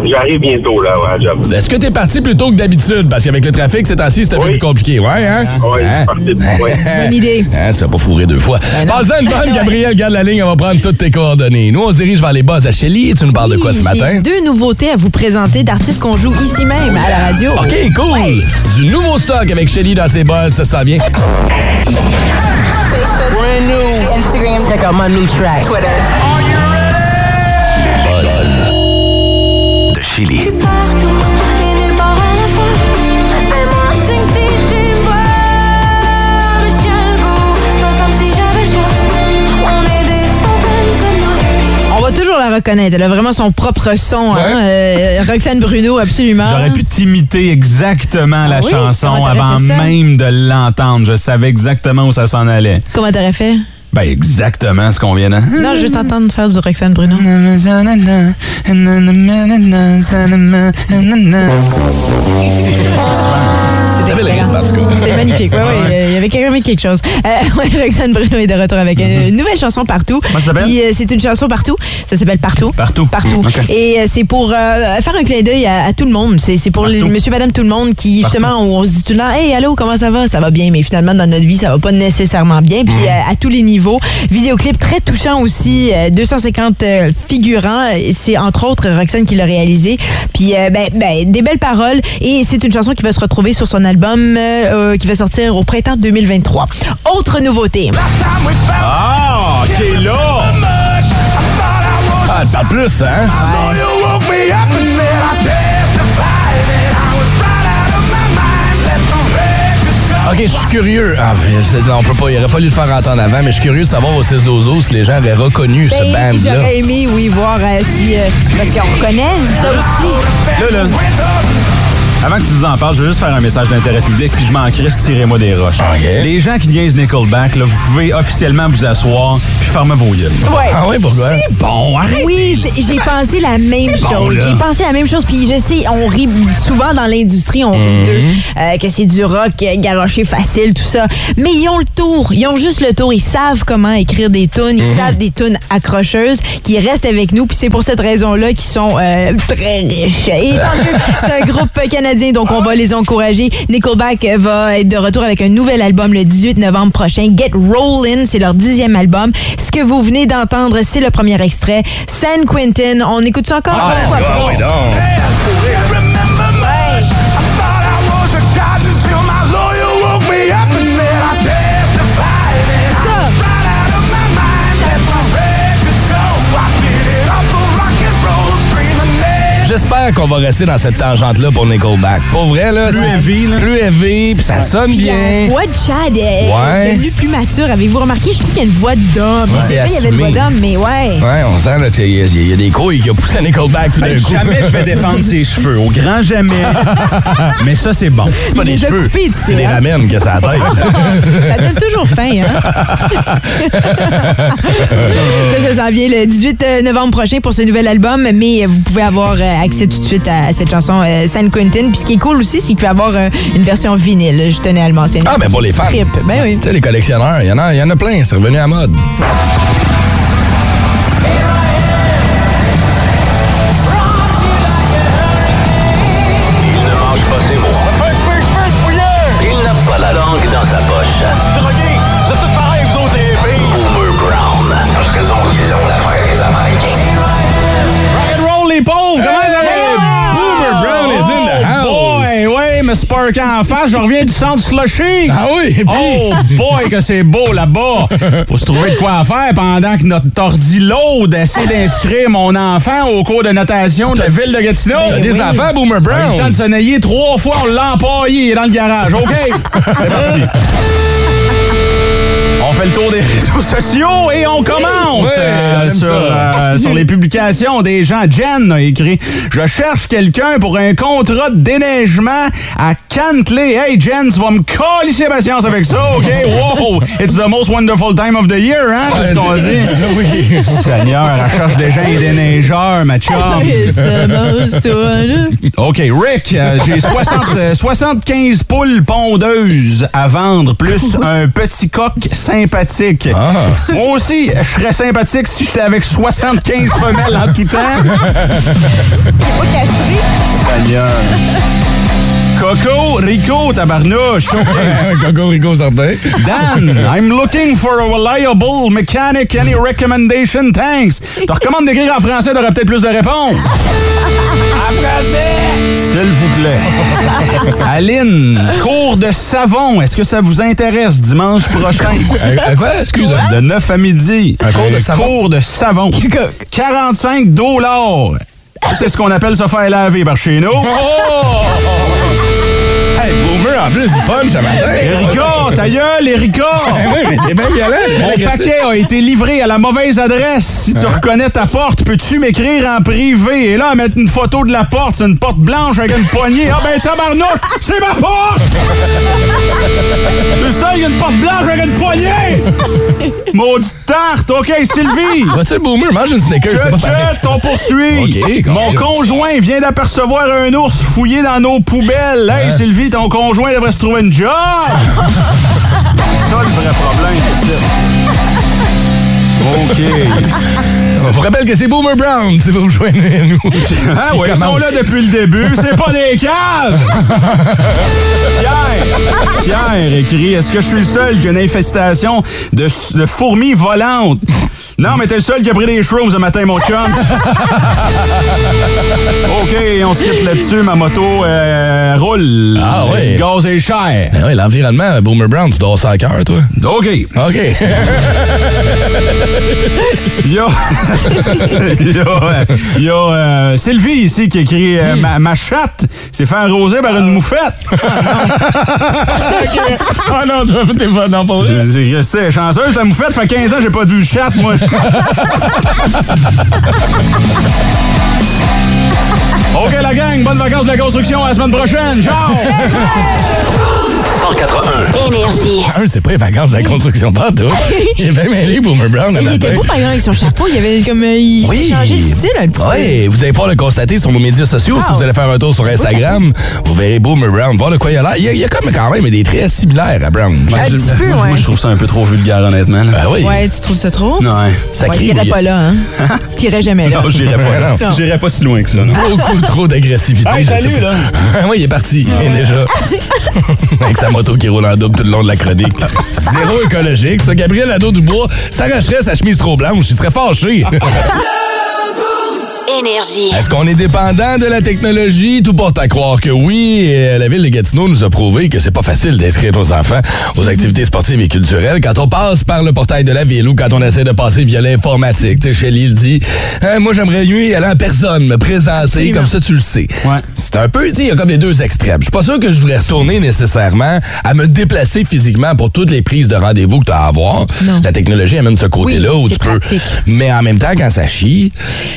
Speaker 6: J'arrive bientôt, là, ouais, job.
Speaker 2: Est-ce que t'es parti plus tôt que d'habitude? Parce qu'avec le trafic ces temps-ci, c'est un peu
Speaker 6: Oui.
Speaker 2: plus compliqué. Ouais, hein?
Speaker 6: Ouais,
Speaker 2: Hein?
Speaker 6: c'est parti, ouais.
Speaker 2: Hein?
Speaker 3: Bonne idée.
Speaker 2: Hein, ça va pas fourrer deux fois.
Speaker 3: Ben non.
Speaker 2: Passez une bonne,
Speaker 3: Ouais.
Speaker 2: Gabriel. Garde la ligne, on va prendre toutes tes coordonnées. Nous, on se dirige vers les bas à Shelly. Tu nous parles de quoi ce
Speaker 3: Oui, j'ai
Speaker 2: matin?
Speaker 3: deux nouveautés à vous présenter d'artistes qu'on joue ici même à la radio.
Speaker 2: OK, cool. Du nouveau stock avec Shelly dans ses buzz, ça s'en vient.
Speaker 8: Instagram,
Speaker 3: Check out my new track.
Speaker 8: Twitter.
Speaker 1: De Chili.
Speaker 9: partout et nulle part à la fois. Fais-moi un signe si tu me vois. Mais j'ai le goût, c'est pas comme si j'avais le choix. On est des centaines comme moi.
Speaker 3: On va toujours la reconnaître. Elle a vraiment son propre son. hein. Euh, Roxane Bruno, absolument.
Speaker 5: J'aurais pu t'imiter exactement la
Speaker 3: Ah oui?
Speaker 5: chanson
Speaker 3: Comment t'aurais
Speaker 5: avant
Speaker 3: fait ça?
Speaker 5: même de l'entendre. Je savais exactement où ça s'en allait.
Speaker 3: Comment t'aurais fait?
Speaker 5: Ben, exactement ce qu'on vient de...
Speaker 3: Non, je veux t'entendre faire du Roxane Bruno.
Speaker 5: C'est
Speaker 2: T'avais la grippe, en tout cas.
Speaker 3: C'était magnifique. Ouais, ouais,
Speaker 5: Ouais.
Speaker 3: euh, il y avait quand même quelque chose. Euh, ouais, Roxane Bruno est de retour avec euh, une nouvelle chanson partout.
Speaker 5: Mm-hmm. Comment ça s'appelle?
Speaker 3: Puis, euh, c'est une chanson partout. Ça s'appelle Partout.
Speaker 5: Partout.
Speaker 3: Partout.
Speaker 5: Mm, ok.
Speaker 3: Et euh, c'est pour euh, faire un clin d'œil à, à tout le monde. C'est c'est pour les-
Speaker 5: Partout.
Speaker 3: monsieur, madame, tout le monde qui, justement, on, on se dit tout le temps Hey, allô, comment ça va Ça va bien, mais finalement, dans notre vie, ça va pas nécessairement bien.
Speaker 5: Mm.
Speaker 3: Puis, euh, à, à tous les niveaux. Vidéoclip très touchant aussi. euh, 250 euh, figurants. Et C'est entre autres Roxane qui l'a réalisé. Puis, euh, ben, ben, des belles paroles. Et c'est une chanson qui va se retrouver sur son album euh, euh, qui va sortir au printemps 2023. Autre nouveauté.
Speaker 5: Ah, ok, là!
Speaker 2: Ah, elle parle plus, hein? Ok, je suis curieux. Ah, mais je sais, on peut pas. Il aurait fallu le faire entendre avant, mais je suis curieux de savoir au 6 Zozo si les gens avaient reconnu ce
Speaker 3: Ben,
Speaker 2: band-là.
Speaker 3: J'aurais aimé, oui, voir euh, si. euh, parce qu'on reconnaît ça aussi.
Speaker 5: Là, là. Avant que tu nous en parles, je veux juste faire un message d'intérêt public, puis je m'en crisse, tirez-moi des roches.
Speaker 2: Ok.
Speaker 5: Les gens qui niaisent Nickelback, là, vous pouvez officiellement vous asseoir, puis fermer vos yeux.
Speaker 3: Ouais.
Speaker 2: Ah oui, pourquoi?
Speaker 5: Bon, arrête!
Speaker 3: Oui, c'est- j'ai pensé la même
Speaker 5: bon,
Speaker 3: chose.
Speaker 5: là.
Speaker 3: j'ai pensé la même chose. Puis je sais, on rit souvent dans l'industrie, on rit
Speaker 5: Mhm.
Speaker 3: d'eux, euh, que c'est du rock, euh, galoché facile, tout ça. Mais ils ont le tour. Ils ont juste le tour. Ils savent comment écrire des tunes. Ils
Speaker 5: Mhm.
Speaker 3: savent des tunes accrocheuses qui restent avec nous. Puis c'est pour cette raison-là qu'ils sont euh, très riches. Et tant mieux, c'est un groupe canadien, donc on va les encourager. Nickelback va être de retour avec un nouvel album le 18 novembre prochain. Get Rollin', c'est leur dixième album. Ce que vous venez d'entendre, c'est le premier extrait. San Quentin, on écoute ça encore?
Speaker 2: Ah,
Speaker 3: Pourquoi pas?
Speaker 2: ah, oui, donc. J'espère qu'on va rester dans cette tangente-là pour Nickelback. Pour vrai, là.
Speaker 5: Plus
Speaker 2: c'est-
Speaker 5: heavy, là.
Speaker 2: Plus heavy, puis ça sonne
Speaker 3: Puis
Speaker 2: bien.
Speaker 3: La voix de Chad est
Speaker 2: Ouais.
Speaker 3: devenue plus mature. Avez-vous remarqué? Je trouve qu'il y a une voix d'homme.
Speaker 2: Ouais.
Speaker 3: C'est vrai, il y avait une voix
Speaker 2: Assumé.
Speaker 3: d'homme, mais ouais.
Speaker 2: Ouais, on sent là, qu'il y, a- il y a des couilles qui ont poussé à Nickelback tout d'un
Speaker 5: Hey,
Speaker 2: coup.
Speaker 5: Ben, jamais je vais défendre ses cheveux, au grand jamais. Mais ça, c'est bon.
Speaker 2: C'est pas
Speaker 3: Il
Speaker 2: des
Speaker 3: les a
Speaker 2: cheveux,
Speaker 3: coupés, tu sais,
Speaker 2: c'est des
Speaker 3: hein?
Speaker 2: ramènes que ça a tête.
Speaker 3: Ça donne toujours faim, hein? ça, ça s'en vient le 18 novembre prochain pour ce nouvel album, mais vous pouvez avoir euh, accès tout de suite à cette chanson euh, San Quentin. Puis ce qui est cool aussi, c'est qu'il peut y avoir euh, une version vinyle. Je tenais à le mentionner.
Speaker 2: Ah, ben pour les fans.
Speaker 3: Trip. Ben oui.
Speaker 2: Tu sais, les collectionneurs, il y, en a- il y en a plein, c'est revenu à la mode.
Speaker 1: Il ne mange pas ses mots. Il n'a pas la langue dans sa poche. Boomer Brown. Parce qu'ils ont ils l'ont l'affaire des Américains.
Speaker 5: Rock'n'roll, les pauvres! Comment ça va? Boomer
Speaker 2: Brown is in the house.
Speaker 5: Boy, ouais, me Spark en face, je reviens du centre slushy.
Speaker 2: Ah oui, et puis-
Speaker 5: Oh boy, que c'est beau là-bas! Faut se trouver de quoi faire pendant que notre tordi load essaie d'inscrire mon enfant au cours de natation de la ville de Gatineau.
Speaker 2: T'as des enfants, Boomer
Speaker 5: Il a Ben eu le temps
Speaker 2: Brown?
Speaker 5: de se nailler trois fois, on l'a empaillé, il est dans le garage. OK, c'est parti. On fait le tour des réseaux sociaux et on commente
Speaker 2: Ouais,
Speaker 5: euh,
Speaker 2: j'aime
Speaker 5: sur,
Speaker 2: ça.
Speaker 5: euh, sur les publications des gens. Jen a écrit « Je cherche quelqu'un pour un contrat de déneigement à Cantley. Hey, Jen, tu vas me colisser patience avec ça, OK? Wow! It's the most wonderful time of the year, hein? C'est ce qu'on dit.
Speaker 2: Oui.
Speaker 5: Seigneur, elle cherche déjà un déneigeur, ma
Speaker 2: Ah.
Speaker 5: chum.
Speaker 3: It's the most one.
Speaker 5: OK, Rick, euh, j'ai 60, euh, 75 poules pondeuses à vendre, plus un petit coq sympathique.
Speaker 2: Ah.
Speaker 5: Moi aussi, je serais sympathique si j'étais avec 75 femelles en tout temps.
Speaker 3: Pas castré.
Speaker 5: Seigneur. Coco, Rico, tabarnouche.
Speaker 2: Coco Rico certain.
Speaker 5: Dan, I'm looking for a reliable mechanic. Any recommendation? Thanks. Je te recommande d'écrire en français, t'auras peut-être plus de réponses. S'il vous plaît. Aline, cours de savon. Est-ce que ça vous intéresse dimanche prochain?
Speaker 2: Un- un Euh, quoi? Excuse.
Speaker 5: De 9 à midi. Euh,
Speaker 2: Un cours de savon.
Speaker 5: cours de savon. 45 dollars. C'est ce qu'on appelle se faire laver par chez nous.
Speaker 2: Oh! Hey, Boomer, en plus, il punch ce matin.
Speaker 5: Erika, ta gueule, Erika!
Speaker 2: Ben oui, mais c'est bien violent.
Speaker 5: Mon
Speaker 2: Bien agressif.
Speaker 5: paquet a été livré à la mauvaise adresse. Si tu reconnais ta porte, peux-tu m'écrire en privé? Et là, mettre une photo de la porte, c'est une porte blanche avec une poignée. Ah ben tabarnouche, c'est ma porte! tu sais, il y a une porte blanche avec une poignée! Maudite tarte! OK, Sylvie!
Speaker 2: Vas-tu le boomer? Mange une Snickers, c'est pas
Speaker 5: Tchut,
Speaker 2: pareil.
Speaker 5: tchut, on poursuit.
Speaker 2: Ok,
Speaker 5: Mon
Speaker 2: correct.
Speaker 5: conjoint vient d'apercevoir un ours fouillé dans nos poubelles.
Speaker 2: Hein?
Speaker 5: Hey, Sylvie, ton conjoint devrait se trouver une job. ça, le vrai problème, c'est... OK.
Speaker 2: On vous rappelle que c'est Boomer Brown si vous vous joignez à nous.
Speaker 5: Ah oui, ils sont là depuis le début. C'est pas des caves! Pierre! Pierre écrit Est-ce que je suis le seul qui a une infestation de, s- de fourmis volantes? Non, mais t'es le seul qui a pris des shrooms ce matin, mon chum. OK, on se quitte là-dessus. Ma moto euh, roule.
Speaker 2: Ah oui.
Speaker 5: Le gaz est cher.
Speaker 2: Ben oui, l'environnement, Boomer Brown, tu dors ça à cœur, toi.
Speaker 5: OK.
Speaker 2: OK.
Speaker 5: Il y a, il y a, euh, il y a, euh, Sylvie ici qui écrit euh, ma, ma chatte s'est fait arroser par une moufette.
Speaker 2: Ah non, t'es pas dans pour
Speaker 5: Euh, C'est c'est chanceuse, ta moufette, fait 15 ans, j'ai pas vu de chat, moi. OK, la gang, bonnes vacances de la construction, à la semaine prochaine. Ciao!
Speaker 1: 181.
Speaker 10: Énergie.
Speaker 2: Ah, Un, c'est pas les vacances de la construction partout. Il est bien mêlé, Boomer Brown, le
Speaker 3: Il était
Speaker 2: matin.
Speaker 3: beau, par exemple, avec son chapeau. Il avait comme. euh, Il
Speaker 2: Oui.
Speaker 3: changeait de style un petit
Speaker 2: Oui, vous allez pouvoir le constater sur nos médias sociaux.
Speaker 3: Ah
Speaker 2: si vous
Speaker 3: ouais.
Speaker 2: allez faire un tour sur Instagram, vous verrez Boomer Brown, voir de quoi il a l'air. Il y a, il y a comme quand même des traits similaires à Brown.
Speaker 3: Un petit peu, ouais.
Speaker 5: Moi, je trouve ça un peu trop vulgaire, honnêtement. là.
Speaker 2: Ben oui.
Speaker 3: peu. Ouais, tu trouves ça trop?
Speaker 5: Ouais.
Speaker 2: Ça
Speaker 3: Ouais,
Speaker 2: crie.
Speaker 3: t'irais
Speaker 2: hein. oui.
Speaker 3: pas là, hein? T'irais jamais là.
Speaker 5: Non, j'irai pas,
Speaker 3: Non.
Speaker 5: non. J'irai pas si loin que ça. non.
Speaker 2: Beaucoup trop d'agressivité.
Speaker 5: Hey,
Speaker 2: je sais
Speaker 5: salut,
Speaker 2: pas.
Speaker 5: là.
Speaker 2: oui, il est parti. Il vient déjà. Avec sa moto qui roule en double tout le long de la chronique. Zéro écologique. Ça, Gabriel Lado Dubois s'arracherait sa chemise trop blanche. Il serait fâché.
Speaker 10: Énergie.
Speaker 2: Est-ce qu'on est dépendant de la technologie? Tout porte à croire que oui. Et euh, la ville de Gatineau nous a prouvé que c'est pas facile d'inscrire nos enfants aux activités sportives et culturelles quand on passe par le portail de la ville ou quand on essaie de passer via l'informatique. Tu sais, Shelley le dit, Hein, moi j'aimerais mieux y aller en personne, me présenter,
Speaker 3: Absolument.
Speaker 2: comme ça tu le sais.
Speaker 5: Ouais.
Speaker 2: C'est un peu, tu sais, il y a comme les deux extrêmes. Je suis pas sûr que je voudrais retourner nécessairement à me déplacer physiquement pour toutes les prises de rendez-vous que tu as à avoir.
Speaker 3: Non.
Speaker 2: La technologie amène ce côté-là
Speaker 3: Oui,
Speaker 2: où
Speaker 3: c'est
Speaker 2: tu peux.
Speaker 3: pratique.
Speaker 2: Mais en même temps, quand ça chie,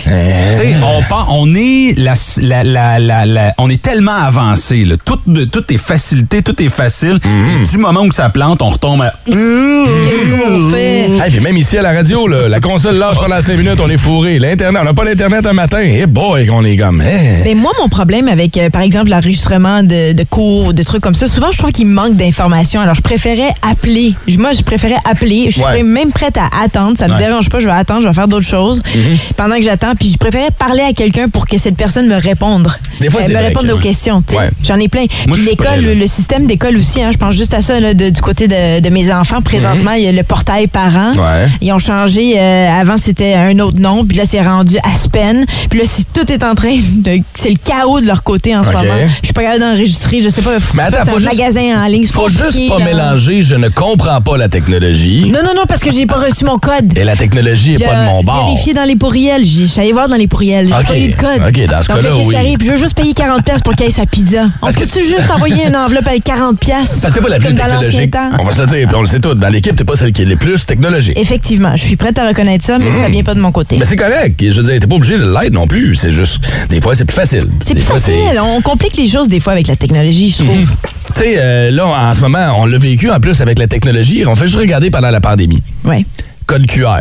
Speaker 2: euh,
Speaker 5: Tu sais, on, pen- on est la, la- la- la- la- on est tellement avancé, là. Tout, de- tout est facilité, tout est facile. Et Du moment où ça plante, on retombe à. Mm-hmm.
Speaker 3: On fait-
Speaker 2: Hey, puis même ici à la radio, là, la console lâche pendant 5 minutes, on est fourré. L'Internet, on n'a pas d'Internet un matin. Eh boy, on est comme. eh.
Speaker 3: Ben, moi, mon problème avec, euh, par exemple, l'enregistrement de, de cours, de trucs comme ça, souvent, je trouve qu'il me manque d'informations. Alors, je préférais appeler. Je- Moi, je préférais appeler. Je
Speaker 2: Ouais.
Speaker 3: serais même prête à attendre. Ça me
Speaker 5: Ouais.
Speaker 3: dérange pas. Je vais attendre. Je vais faire d'autres choses
Speaker 2: Mhm.
Speaker 3: pendant que j'attends. Puis, je préférais parler à quelqu'un pour que cette personne me réponde.
Speaker 2: Des fois,
Speaker 3: Elle
Speaker 2: c'est
Speaker 3: me
Speaker 2: vrai
Speaker 3: réponde
Speaker 2: que-
Speaker 3: aux questions. tu sais.
Speaker 2: Ouais.
Speaker 3: J'en ai plein.
Speaker 5: Moi,
Speaker 3: Puis
Speaker 5: je suis pas
Speaker 3: l'école,
Speaker 5: là.
Speaker 3: le, le système d'école aussi, hein, je pense juste à ça, là, de- du côté de, de mes enfants. Présentement, il y a le portail parents.
Speaker 2: Mhm. Ouais.
Speaker 3: Ils ont changé. euh, avant, c'était un autre nom. Puis là, c'est rendu Aspen. Puis là, si tout est en train de. C'est le chaos de leur côté en ce
Speaker 2: Ok.
Speaker 3: moment. Je suis pas capable d'enregistrer. Je sais pas. Faut
Speaker 2: Mais
Speaker 3: que je
Speaker 2: attends,
Speaker 3: fasse
Speaker 2: faut
Speaker 3: un
Speaker 2: juste-
Speaker 3: magasin en ligne. c'est
Speaker 2: Faut juste
Speaker 3: compliqué,
Speaker 2: pas
Speaker 3: là.
Speaker 2: mélanger, je ne comprends pas la technologie.
Speaker 3: Non, non, non, parce que j'ai pas reçu mon code.
Speaker 2: Et la technologie est
Speaker 3: Puis,
Speaker 2: pas de
Speaker 3: euh,
Speaker 2: mon bord.
Speaker 3: Vérifier dans les pourriels. J'ai- Je suis allée voir dans les pourriels. J'ai
Speaker 2: Ok.
Speaker 3: pas eu de code.
Speaker 2: Ok, dans ce
Speaker 3: Donc,
Speaker 2: cas-là,
Speaker 3: là, qu'est-ce
Speaker 2: oui.
Speaker 3: qui arrive? Je veux juste payer 40$ piastres pour qu'il y ait sa pizza. On
Speaker 2: Parce que-
Speaker 3: peut-tu juste envoyer une enveloppe avec 40$? piastres,
Speaker 2: Parce que c'est pas la plus
Speaker 3: comme dans l'ancien
Speaker 2: technologique.
Speaker 3: temps?
Speaker 2: On va se le dire, puis on le sait tous. Dans l'équipe, t'es pas celle qui est le plus technologique.
Speaker 3: Effectivement, je suis prête à reconnaître ça,
Speaker 2: Mhm.
Speaker 3: mais ça vient pas de mon côté.
Speaker 2: Mais c'est correct. Je veux dire, t'es pas obligé de l'être non plus. C'est juste, des fois, c'est plus facile.
Speaker 3: C'est
Speaker 2: Des
Speaker 3: plus
Speaker 2: fois, c'est- Mhm.
Speaker 3: facile. On complique les choses des fois avec la technologie, je trouve.
Speaker 2: Tu sais, euh, là, en ce moment, on l'a vécu en plus avec la technologie. On fait juste regarder pendant la pandémie.
Speaker 3: Ouais. Ah,
Speaker 2: Code QR.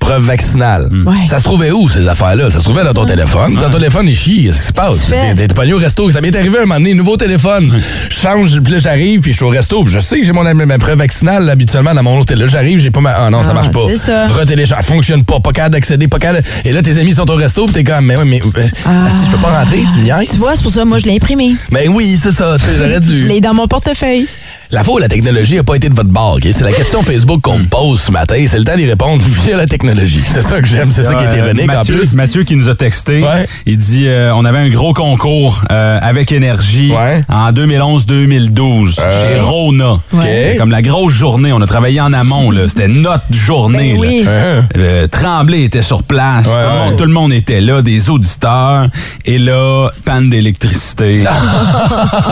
Speaker 2: Preuve vaccinale.
Speaker 3: Ouais.
Speaker 2: Ça se trouvait où, ces affaires-là? Ça se trouvait dans ton téléphone. Dans ton téléphone, il chie. Qu'est-ce qui se passe?
Speaker 3: Tu fais.
Speaker 2: T'es- T'es pas allé au resto. Ça m'est arrivé un moment donné. Nouveau téléphone. Je change, puis là, j'arrive, puis je suis au resto. puis je sais que j'ai mon, ma preuve vaccinale, là, habituellement, dans mon autre téléphone. J'arrive, j'ai pas ma. Ah non, ça
Speaker 3: Ah,
Speaker 2: marche pas.
Speaker 3: c'est ça.
Speaker 2: Retélécharge. Fonctionne pas. Pas capable d'accéder. Pas capable. de- Et là, tes amis sont au resto, puis t'es comme, mais ouais, mais. euh, asti, je peux pas rentrer. Tu me niaises?
Speaker 3: Ah. Tu vois, c'est pour ça, moi, je l'ai imprimé.
Speaker 2: Ben oui, c'est ça. tu sais, J'aurais dû.
Speaker 3: Je l'ai dans mon portefeuille.
Speaker 2: La faute, la technologie n'a pas été de votre bord. ok? C'est la question Facebook qu'on vous pose ce matin. C'est le temps d'y répondre via la technologie. C'est ça que j'aime. C'est ça qui est
Speaker 5: Euh,
Speaker 2: ironique en
Speaker 5: Mathieu,
Speaker 2: plus.
Speaker 5: Mathieu qui nous a texté,
Speaker 2: Ouais.
Speaker 5: il dit euh, on avait un gros concours euh, avec énergie
Speaker 2: Ouais. Euh.
Speaker 5: en 2011-2012 chez Rona.
Speaker 3: Ouais.
Speaker 5: C'était Comme la grosse journée, on a travaillé en amont là, c'était notre
Speaker 3: Ben
Speaker 5: journée. là.
Speaker 3: oui.
Speaker 2: Hein?
Speaker 5: Euh, Tremblay était sur place, tout, le monde, tout le monde était là, des auditeurs et là panne d'électricité.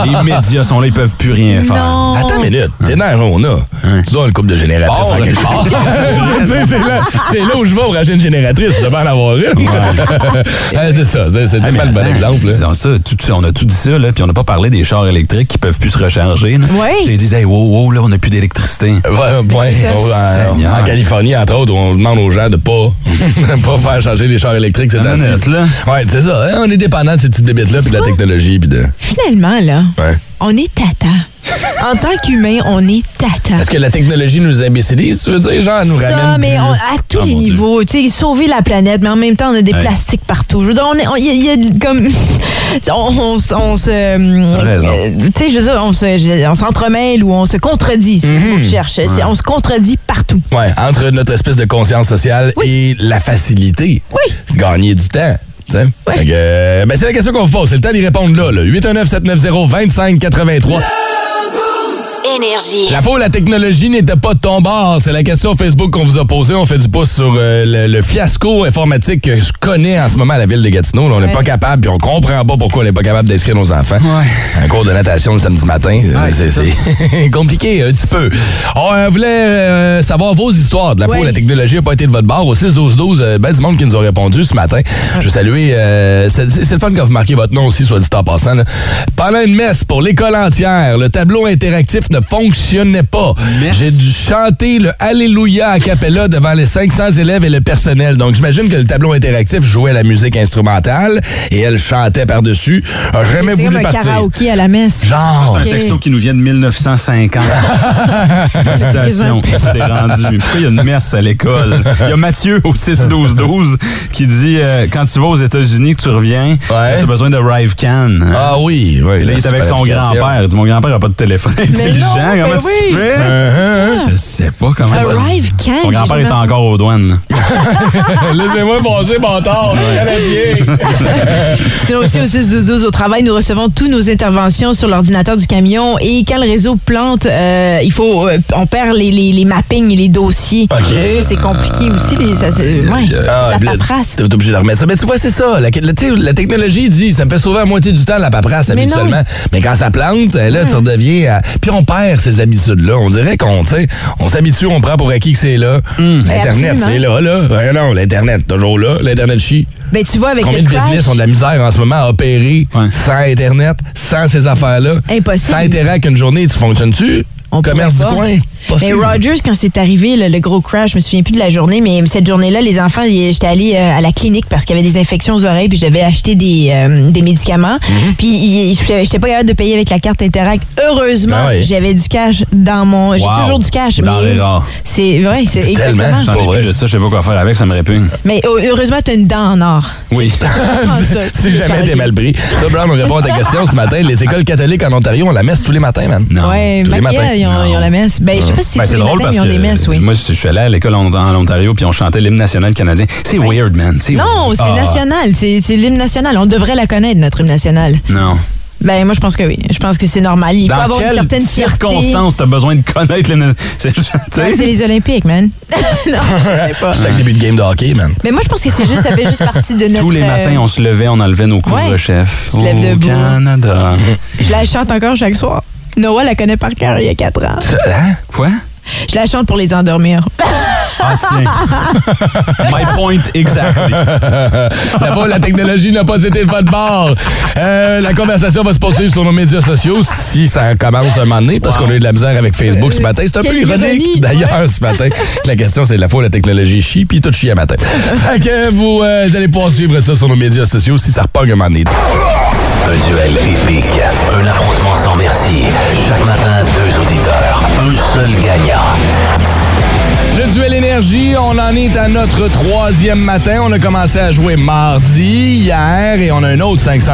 Speaker 5: Les médias sont là, ils peuvent plus rien faire.
Speaker 3: Non.
Speaker 2: Attends, Attends une minute. T'es nerfs, on a.
Speaker 5: Hein?
Speaker 2: Tu dois une coupe de génératrice
Speaker 5: Bon,
Speaker 2: en quelque part. Tu sais, c'est là, c'est là où je vais pour acheter une génératrice. Je devais en avoir une. Ouais, c'est ça. C'est
Speaker 5: Ah,
Speaker 2: c'était pas le bon exemple. là.
Speaker 5: Dans ça, tout- on a tout dit ça, là, puis on n'a pas parlé des chars électriques qui peuvent plus se recharger. là.
Speaker 3: Ouais.
Speaker 5: Tu sais, Ils disent, hey, wow, wow, là, on n'a plus d'électricité.
Speaker 2: Ouais, ouais.
Speaker 3: C'est ça.
Speaker 2: En- en,
Speaker 5: Seigneur.
Speaker 2: Californie, entre autres, on demande aux gens de pas, pas faire changer les chars électriques, c'est
Speaker 5: Une
Speaker 2: assez.
Speaker 5: minute, là.
Speaker 2: Ouais, c'est ça. hein, on est dépendant de ces petites bébites-là, puis de la technologie, puis de.
Speaker 3: Finalement, là,
Speaker 2: Ouais.
Speaker 3: on est tata. en tant qu'humain, on est tata.
Speaker 2: Est-ce que la technologie nous imbécilise, tu veux dire? Genre, elle nous
Speaker 3: ça,
Speaker 2: ramène.
Speaker 3: mais
Speaker 2: plus-
Speaker 3: on- à tous
Speaker 5: Ah,
Speaker 3: les
Speaker 5: mon Dieu.
Speaker 3: niveaux. Tu sais, sauver la planète, mais en même temps, on a des
Speaker 5: Ouais.
Speaker 3: plastiques partout. Je veux dire, on est- on- il y, a- il y a comme. on, on se- on se. hum,
Speaker 5: raison.
Speaker 3: euh, Tu sais, je veux dire, on se- je- on s'entremêle ou on se contredit, c'est
Speaker 2: Mhm.
Speaker 3: ce qu'on cherche. C'est- On se contredit partout.
Speaker 2: Ouais, entre notre espèce de conscience sociale et la facilité.
Speaker 3: Oui.
Speaker 2: de Gagner du temps. tu sais.
Speaker 3: Oui.
Speaker 2: Fait que, euh, ben, c'est la question qu'on vous pose. C'est le temps d'y répondre là. là. 819-790-2583.
Speaker 9: Énergie.
Speaker 2: La fois où la technologie n'était pas de ton bord, c'est la question Facebook qu'on vous a posée. On fait du pouce sur euh, le, le fiasco informatique que je connais en ce moment à la ville de Gatineau. Là, on n'est pas capable, puis on comprend pas pourquoi on n'est pas capable d'inscrire nos enfants. Un cours de natation le samedi matin, euh, c'est c'est compliqué un petit peu. On euh, voulait euh, savoir vos histoires de la fois où
Speaker 3: Ouais.
Speaker 2: la technologie n'a pas été de votre bord. Au 6-12-12, euh, ben du monde qui nous a répondu ce matin. Je veux saluer, euh, c'est c'est- c'est le fun quand vous marquez votre nom aussi, soit dit en passant. là. Pendant une messe pour l'école entière, le tableau interactif ne fonctionnait pas.
Speaker 5: Messe?
Speaker 2: J'ai dû chanter le Alléluia à cappella devant les 500 élèves et le personnel. Donc, j'imagine que le tableau interactif jouait la musique instrumentale et elle chantait par-dessus. A Jamais
Speaker 3: C'est comme
Speaker 2: voulu
Speaker 3: un
Speaker 2: partir.
Speaker 3: karaoké à la messe.
Speaker 2: Genre.
Speaker 5: C'est un
Speaker 3: Ok.
Speaker 5: texto qui nous vient de 1950. Félicitations, tu t'es rendu. Mais pourquoi il y a une messe à l'école? Il y a Mathieu au 6-12-12 qui dit euh, quand tu vas aux États-Unis, que tu reviens,
Speaker 2: Ouais.
Speaker 5: t'as besoin de Rive Can.
Speaker 2: Ah oui, oui.
Speaker 5: Et là, il est avec son grand-père. Il dit Mon grand-père n'a pas de téléphone intelligent.
Speaker 3: non, mais
Speaker 5: comment tu
Speaker 3: oui.
Speaker 5: fais
Speaker 2: Uh-huh.
Speaker 5: Je sais pas comment ça.
Speaker 3: Arrive quand?
Speaker 5: Son
Speaker 3: j'ai
Speaker 5: grand-père
Speaker 3: jamais-
Speaker 5: est encore aux douanes.
Speaker 2: Laissez-moi passer, bâtard.
Speaker 3: Sinon aussi au 6-12-12 au travail, nous recevons tous nos interventions sur l'ordinateur du camion et quand le réseau plante, euh, il faut, euh, on perd les, les, les mappings et les dossiers.
Speaker 2: Ok. Ah,
Speaker 3: Ça, c'est compliqué aussi. Les, ça, c'est, ouais, ça paperasse.
Speaker 2: T'es obligé de remettre ça. Mais tu vois, c'est ça. La, la- tu sais, la technologie dit, ça me fait sauver la moitié du temps la paperasse
Speaker 3: Mais non. Hum.
Speaker 2: habituellement. Mais quand ça plante, euh, là, tu redeviens. à- Puis on perd ces habitudes-là. On dirait qu'on tu sais, on s'habitue, on prend pour acquis que c'est là. L'Internet,
Speaker 3: Hum. Absolument.
Speaker 2: c'est là, là. Ben non, l'Internet, toujours là. L'Internet chie.
Speaker 3: Ben, tu vois, avec
Speaker 2: Combien
Speaker 3: le
Speaker 2: de
Speaker 3: crash,
Speaker 2: business ont de la misère en ce moment à opérer
Speaker 5: Ouais.
Speaker 2: sans Internet, sans ces affaires-là?
Speaker 3: Impossible.
Speaker 2: Sans intérêt qu'une journée, tu fonctionnes-tu?
Speaker 3: on
Speaker 2: Commerce du
Speaker 3: pourrait pas.
Speaker 2: coin?
Speaker 3: Mais Ben, Rogers, quand c'est arrivé, le, le gros crash, je me souviens plus de la journée, mais cette journée-là, les enfants, ils- j'étais allée euh, à la clinique parce qu'il y avait des infections aux oreilles, puis je devais acheter des, euh, des médicaments.
Speaker 5: Mhm.
Speaker 3: Puis ils- je n'étais pas capable de payer avec la carte Interact. Heureusement,
Speaker 2: Ah ouais.
Speaker 3: j'avais du cash dans mon.
Speaker 5: Wow.
Speaker 3: J'ai toujours du cash.
Speaker 5: Dans
Speaker 3: mais
Speaker 5: les rares.
Speaker 3: C'est ouais, c'est
Speaker 2: Tellement.
Speaker 3: exactement.
Speaker 5: J'en ai
Speaker 2: Pour
Speaker 5: plus
Speaker 2: vrai.
Speaker 5: de ça, je sais pas quoi faire avec, ça me répugne.
Speaker 3: Mais oh, heureusement, t'as une dent en or.
Speaker 5: Oui.
Speaker 3: Ah,
Speaker 2: si jamais t'es mal pris. Ça, Brown, on répond à ta question ce matin. Les écoles catholiques en Ontario ont la messe tous les matins, man.
Speaker 5: Non.
Speaker 3: Ouais,
Speaker 2: Tous les
Speaker 3: Maquia,
Speaker 2: matins.
Speaker 3: ils ont, ils ont la messe. Ben, je sais pas si c'est
Speaker 5: Ben,
Speaker 3: tous les matins, mais ils ont des messes, oui.
Speaker 5: moi, je suis allé à l'école en, en Ontario puis on chantait l'hymne national canadien. C'est weird, man. C'est
Speaker 3: Non,
Speaker 5: weird.
Speaker 3: c'est
Speaker 5: Ah,
Speaker 3: national. C'est c'est l'hymne national. On devrait la connaître, notre hymne national.
Speaker 5: Non.
Speaker 3: Ben, moi, je pense que oui. Je pense que c'est normal. Il faut
Speaker 5: Dans
Speaker 3: avoir une certaine
Speaker 5: quelles
Speaker 3: fierté.
Speaker 5: circonstances hein? t'as besoin de connaître le... C'est juste- tu
Speaker 3: Ouais, C'est
Speaker 5: sais,
Speaker 3: les Olympiques, man. non, je sais pas.
Speaker 2: Chaque début de game de hockey, man.
Speaker 3: Mais moi, je pense que c'est juste, ça fait juste partie de notre.
Speaker 5: Tous les
Speaker 3: euh,
Speaker 5: matins, on se levait, on enlevait nos couvre-chefs.
Speaker 3: Tu te lèves
Speaker 5: Au
Speaker 3: debout.
Speaker 5: Canada.
Speaker 3: Je la chante encore chaque soir. Noah la connaît par cœur il y a 4 ans.
Speaker 2: Ça, hein?
Speaker 5: Quoi?
Speaker 3: Je la chante pour les endormir.
Speaker 5: Ah, tiens. My point exactly.
Speaker 2: La fois où la technologie n'a pas été de votre bord. Euh, la conversation va se poursuivre sur nos médias sociaux si ça commence un moment donné, parce qu'on a eu de la misère avec Facebook ce matin. C'est un peu
Speaker 3: Quelle ironie,
Speaker 2: ironique, d'ailleurs, ce matin. que La question, c'est la fois où la technologie chie, puis tout chie à matin. Fait que vous, euh, allez pouvoir suivre ça sur nos médias sociaux si ça repogne un moment donné.
Speaker 1: Un duel épique, un affrontement sans merci. Chaque matin, deux auditeurs, un seul gagnant.
Speaker 2: Le duel énergie, on en est à notre troisième matin. On a commencé à jouer mardi, hier, et on a un autre 500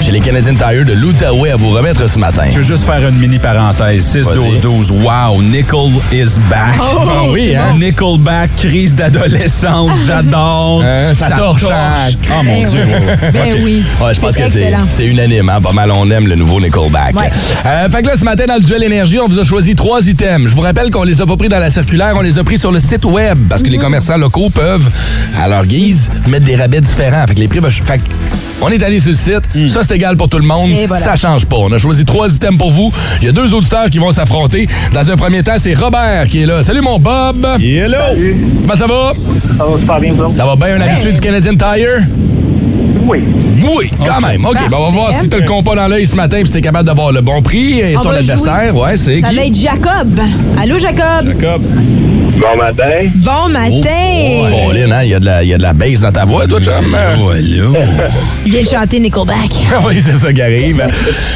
Speaker 2: chez les Canadiens Tire de l'Outaouais à vous remettre ce matin.
Speaker 5: Je veux juste faire une mini parenthèse. 6-12-12. Wow, Nickel is back.
Speaker 2: Oh, Ah oui, hein?
Speaker 5: Nickel back, crise d'adolescence, j'adore.
Speaker 2: Hein, ça torche, hein?
Speaker 5: Oh mon Dieu.
Speaker 3: Ben oui.
Speaker 2: Ouais, je pense que c'est
Speaker 3: excellent.
Speaker 2: c'est unanime. hein? Pas mal, on aime le nouveau Nickelback.
Speaker 3: Ouais.
Speaker 2: Euh, fait que là, ce matin, dans le duel énergie, on vous a choisi trois items. Je vous rappelle qu'on les a pas pris dans la circulaire, on les a pris sur le site web parce
Speaker 3: Mhm.
Speaker 2: que les commerçants locaux peuvent, à leur guise, mettre des rabais différents. Fait que les prix... vont- Fait que on est allé sur le site. Ça, reste égal pour tout le monde.
Speaker 3: Mm. Et voilà.
Speaker 2: Ça change pas. On a choisi trois items pour vous. Il y a deux auditeurs qui vont s'affronter. Dans un premier temps, c'est Robert qui est là. Salut mon Bob.
Speaker 5: Hello!
Speaker 2: Comment ça va?
Speaker 6: Ça va super bien, vous
Speaker 2: Ça va bien, un habitué du Canadian Tire?
Speaker 6: Oui.
Speaker 2: Oui, quand même. OK, ben, on va voir si tu le compas dans l'œil ce matin et si tu es capable d'avoir le bon prix. Et
Speaker 3: On
Speaker 2: ton
Speaker 3: va
Speaker 2: adversaire,
Speaker 3: jouer.
Speaker 2: ouais, c'est
Speaker 3: Ça
Speaker 2: qui?
Speaker 3: va être Jacob. Allô, Jacob?
Speaker 5: Jacob. Oh,
Speaker 6: Bon matin.
Speaker 3: Bon matin!
Speaker 2: Oh, Lynn, hein, il y a de la- il y a de la base dans ta voix, toi, chum.
Speaker 3: Viens de chanter Nickelback.
Speaker 2: oui, c'est ça qui arrive.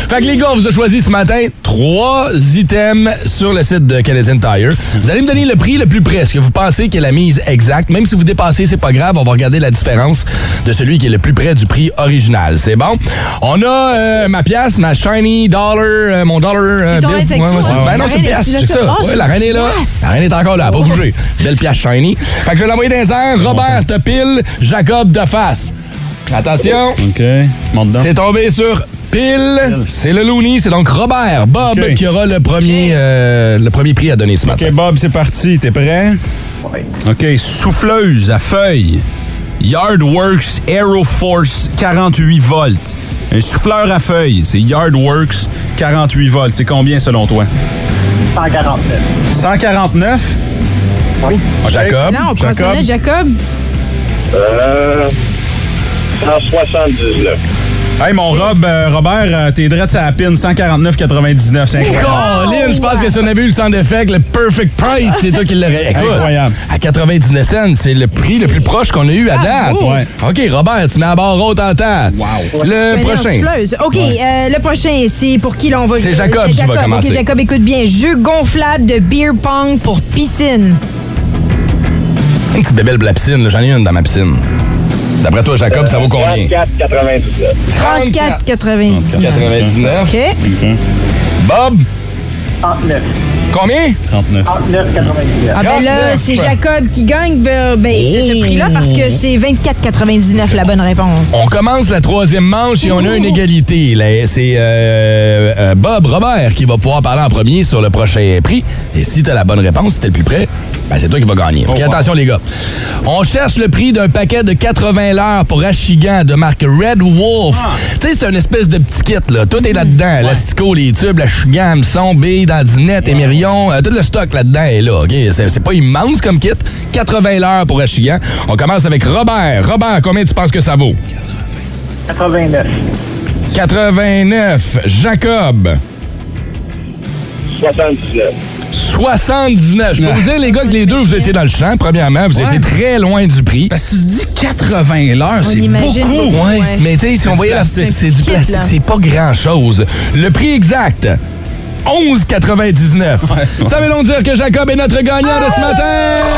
Speaker 2: Fait que les gars, on vous a choisi ce matin trois items sur le site de Canadian Tire. Vous allez me donner le prix le plus près, ce que vous pensez qui est la mise exacte. Même si vous dépassez, c'est pas grave, on va regarder la différence de celui qui est le plus près du prix original. C'est bon? On a euh, ma pièce, ma shiny dollar, euh, mon dollar. euh,
Speaker 3: ton
Speaker 2: bill.
Speaker 3: aide sexo, hein?
Speaker 2: Ben non,
Speaker 3: La
Speaker 2: c'est une
Speaker 3: reine
Speaker 2: pièce,
Speaker 3: est-tu là Oh.
Speaker 2: check ça.
Speaker 3: que- Oh,
Speaker 2: Ouais,
Speaker 3: c'est
Speaker 2: la reine
Speaker 3: une
Speaker 2: est là.
Speaker 3: pièce.
Speaker 2: La reine est encore là, elle a pas bougé. Belle pièce shiny. Fait que je vais l'envoyer dans les airs. Robert te pile, Jacob de face. Attention.
Speaker 5: OK. Monte donc.
Speaker 2: C'est tombé sur pile. C'est le Looney. C'est donc Robert Bob
Speaker 5: Ok.
Speaker 2: qui aura le premier, euh, le premier prix à donner ce matin.
Speaker 5: OK, Bob, c'est parti. T'es prêt?
Speaker 6: Oui.
Speaker 5: OK. Souffleuse à feuilles. Yardworks Aeroforce 48 volts. Un souffleur à feuilles, c'est Yardworks 48 volts. C'est combien selon toi?
Speaker 6: 147.
Speaker 5: 149?
Speaker 6: Oui.
Speaker 5: OK.
Speaker 2: Jacob.
Speaker 3: Non, on prend ça
Speaker 5: Ah, Jacob.
Speaker 3: là, Jacob.
Speaker 6: Euh. 179.
Speaker 5: Hey, mon Rob, euh, Robert, euh, t'es drette sur la pine, 149,99. C'est incroyable.
Speaker 2: Colin, je pense que si on avait eu le sans défect, le perfect price, c'est toi qui l'aurais. Écoute,
Speaker 5: Incroyable.
Speaker 2: À 99 cents, c'est le prix le plus proche qu'on a eu à date.
Speaker 5: Ah, beau. Ouais.
Speaker 2: OK, Robert, tu mets à barre haute en tête. Wow. Le
Speaker 3: Fallait en
Speaker 2: prochain.
Speaker 3: souffleuse. OK, euh, le prochain, c'est pour qui là on va
Speaker 2: C'est Jacob qui va commencer.
Speaker 3: OK, Jacob, écoute bien. Jeu gonflable de beer pong pour piscine.
Speaker 2: Une petite bébelle pour la piscine. là. J'en ai une dans ma piscine. D'après toi, Jacob, ça vaut combien?
Speaker 6: 34,99.
Speaker 3: 34,99.
Speaker 2: 99.
Speaker 3: OK.
Speaker 2: Bob,
Speaker 6: 39.
Speaker 2: combien?
Speaker 5: 39.
Speaker 6: 39,99.
Speaker 3: Ah ben là,
Speaker 2: 39.
Speaker 3: c'est Jacob qui gagne ben, ben, c'est
Speaker 2: Oh.
Speaker 3: ce prix-là parce que c'est 24,99 la bonne réponse.
Speaker 2: On commence la troisième manche et on a une égalité. là. C'est euh, euh, Bob Robert qui va pouvoir parler en premier sur le prochain prix. Et si t'as la bonne réponse, si t'es le plus près, ben c'est toi qui vas gagner. OK,
Speaker 5: wow.
Speaker 2: attention les gars. On cherche le prix d'un paquet de 80 l'heure pour Achigan de marque Red Wolf. Tu sais, c'est une espèce de petit kit, là. Tout est là-dedans. L'astico, les tubes, l'Achigan, son B, dandinette, émerion, euh, tout le stock là-dedans est là. OK, c'est c'est pas immense comme kit. 80 l'heure pour Achigan. On commence avec Robert. Robert, combien tu penses que ça vaut?
Speaker 6: 89.
Speaker 2: 89, Jacob.
Speaker 6: 79.
Speaker 2: 79. Je peux vous dire, les gars, que les deux, vous étiez dans le champ, premièrement. Vous étiez très loin du prix.
Speaker 5: Parce que tu te dis 80 l'heure, c'est
Speaker 3: imagine
Speaker 5: beaucoup.
Speaker 3: beaucoup,
Speaker 2: Ouais,
Speaker 3: ouais.
Speaker 2: mais tu sais, si on
Speaker 5: du
Speaker 2: voyait la
Speaker 5: plastique.
Speaker 2: c'est du
Speaker 3: Petit kit,
Speaker 2: plastique,
Speaker 3: là.
Speaker 2: c'est pas grand-chose. Le prix exact, 11,99. Ça veut donc dire que Jacob est notre gagnant de ce matin!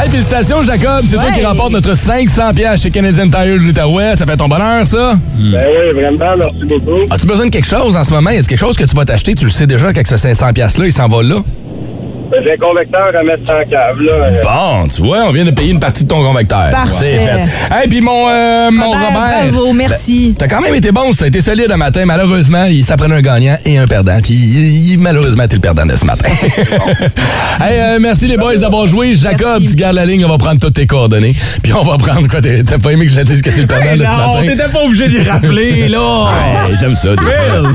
Speaker 2: Hey, Félicitations, Jacob. C'est toi
Speaker 3: Ouais.
Speaker 2: qui remporte notre 500 pièces chez Canadian Tire de l'Outaouais. Ça fait ton bonheur, ça?
Speaker 6: Ben oui, vraiment, merci beaucoup.
Speaker 2: As-tu besoin de quelque chose en ce moment? Est-ce quelque chose que tu vas t'acheter? Tu le sais déjà qu'avec ce 500 pièces-là, il s'en va là?
Speaker 6: J'ai un convecteur à mettre en cave, là.
Speaker 2: Bon, tu vois, on vient de payer une partie de ton convecteur.
Speaker 3: Parfait.
Speaker 2: C'est fait. Hey, puis mon, euh, mon
Speaker 3: Robert,
Speaker 2: Robert.
Speaker 3: bravo, merci.
Speaker 2: Ben, T'as quand même été bon, ça a été solide un matin. Malheureusement, il s'apprenait un gagnant et un perdant. Puis, il- il- malheureusement, t'es le perdant de ce matin. hey, euh, merci les boys d'avoir joué. Jacob, tu
Speaker 3: Merci.
Speaker 2: gardes la ligne, on va prendre toutes tes coordonnées. Puis, on va prendre quoi? T'as t'as pas aimé que je te dise que c'est le perdant de ce
Speaker 5: Non,
Speaker 2: matin?
Speaker 5: t'étais pas obligé d'y rappeler, là.
Speaker 2: Hey, J'aime ça, tu vois.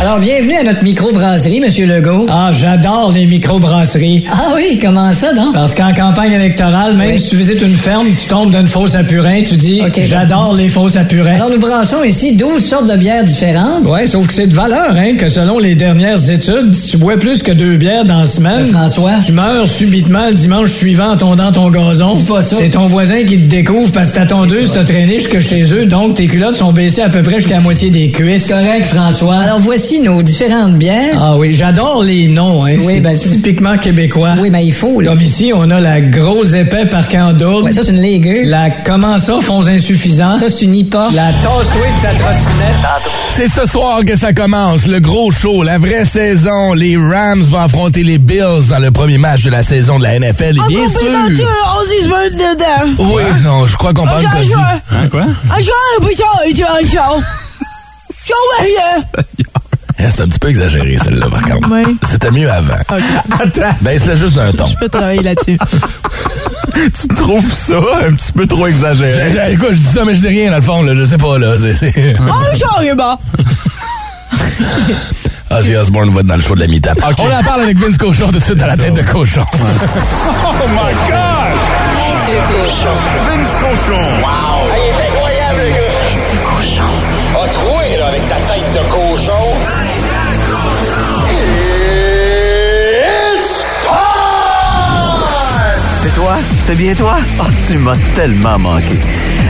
Speaker 10: Alors, bienvenue à notre microbrasserie, Monsieur Legault. Ah, j'adore les microbrasseries. Ah oui, comment ça, donc? Parce qu'en campagne électorale, même si tu visites une ferme, tu tombes d'une fosse à purin, tu dis J'adore les fausses à purin. Alors, nous brassons ici 12 sortes de bières différentes. Ouais, sauf que c'est de valeur, hein, que selon les dernières études, si tu bois plus que deux bières dans la semaine, François, tu meurs subitement le dimanche suivant en tondant ton gazon. C'est pas ça. C'est ton voisin qui te découvre parce que ta tondeuse t'a traîné jusque chez eux, donc tes culottes sont baissées à peu près jusqu'à la moitié des cuisses. Correct, François. Alors, voici nos différentes bières. Ah oui, j'adore les noms, hein. c'est typiquement québécois. Oui, mais il faut, Comme ici, on a la grosse épais par en double. ça, c'est une légueur. La comment ça, fonds insuffisants. Ça, c'est une IPA. La tasse-toi de ta trottinette.
Speaker 2: C'est ce soir que ça commence, le gros show, la vraie saison. Les Rams vont affronter les Bills dans le premier match de la saison de la NFL,
Speaker 3: Ah,
Speaker 2: et bien sûr. Oh.
Speaker 3: on se met dedans. Ah,
Speaker 2: Oui, non, je crois qu'on parle
Speaker 3: j'ai Ah, un
Speaker 2: de
Speaker 3: joueur.
Speaker 5: Hein, quoi?
Speaker 3: Un jour, un bouchon, un jour, un jour. Jour,
Speaker 2: Eh, c'est un petit peu exagéré, celle-là, par contre.
Speaker 3: Ouais.
Speaker 2: C'était mieux avant.
Speaker 11: Attends.
Speaker 2: Ben, c'est juste d'un ton.
Speaker 3: Je peux travailler là-dessus.
Speaker 11: Tu trouves ça un petit peu trop exagéré?
Speaker 2: J'ai- j'ai- Eh, Écoute, je dis ça, mais je dis rien, dans le fond, là. Je sais pas, là. C'est- C'est.
Speaker 3: Oh, genre, il est bon.
Speaker 2: Ozzy Osbourne Ah, va être dans le show de la mi-temps. On en parle avec Vince Cochon tout de suite dans la tête de cochon.
Speaker 11: Oh my God!
Speaker 12: Vince Cochon. Wow.
Speaker 1: il est incroyable, le gars! Tête de cochon.
Speaker 12: A troué, là, avec ta tête de cochon. It's time!
Speaker 5: C'est toi? C'est bien toi? Oh, tu m'as tellement manqué.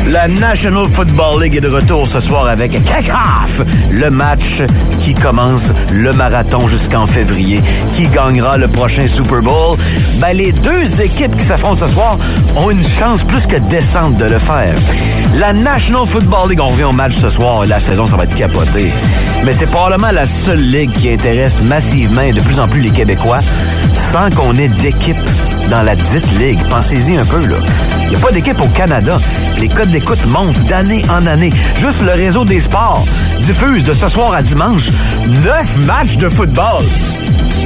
Speaker 5: La National Football League est de retour ce soir avec Kick-Off, le match qui commence le marathon jusqu'en février. Qui gagnera le prochain Super Bowl? Ben, les deux équipes qui s'affrontent ce soir ont une chance plus que décente de le faire. La National Football League, on revient au match ce soir et la saison, ça va être capotée. Mais c'est probablement la seule ligue qui intéresse massivement et de plus en plus les Québécois sans qu'on ait d'équipe dans la dite ligue. Pensez-y un peu, là. Il n'y a pas d'équipe au Canada. Les codes d'écoute montent d'année en année. Juste le réseau des sports diffuse de ce soir à dimanche neuf matchs de football.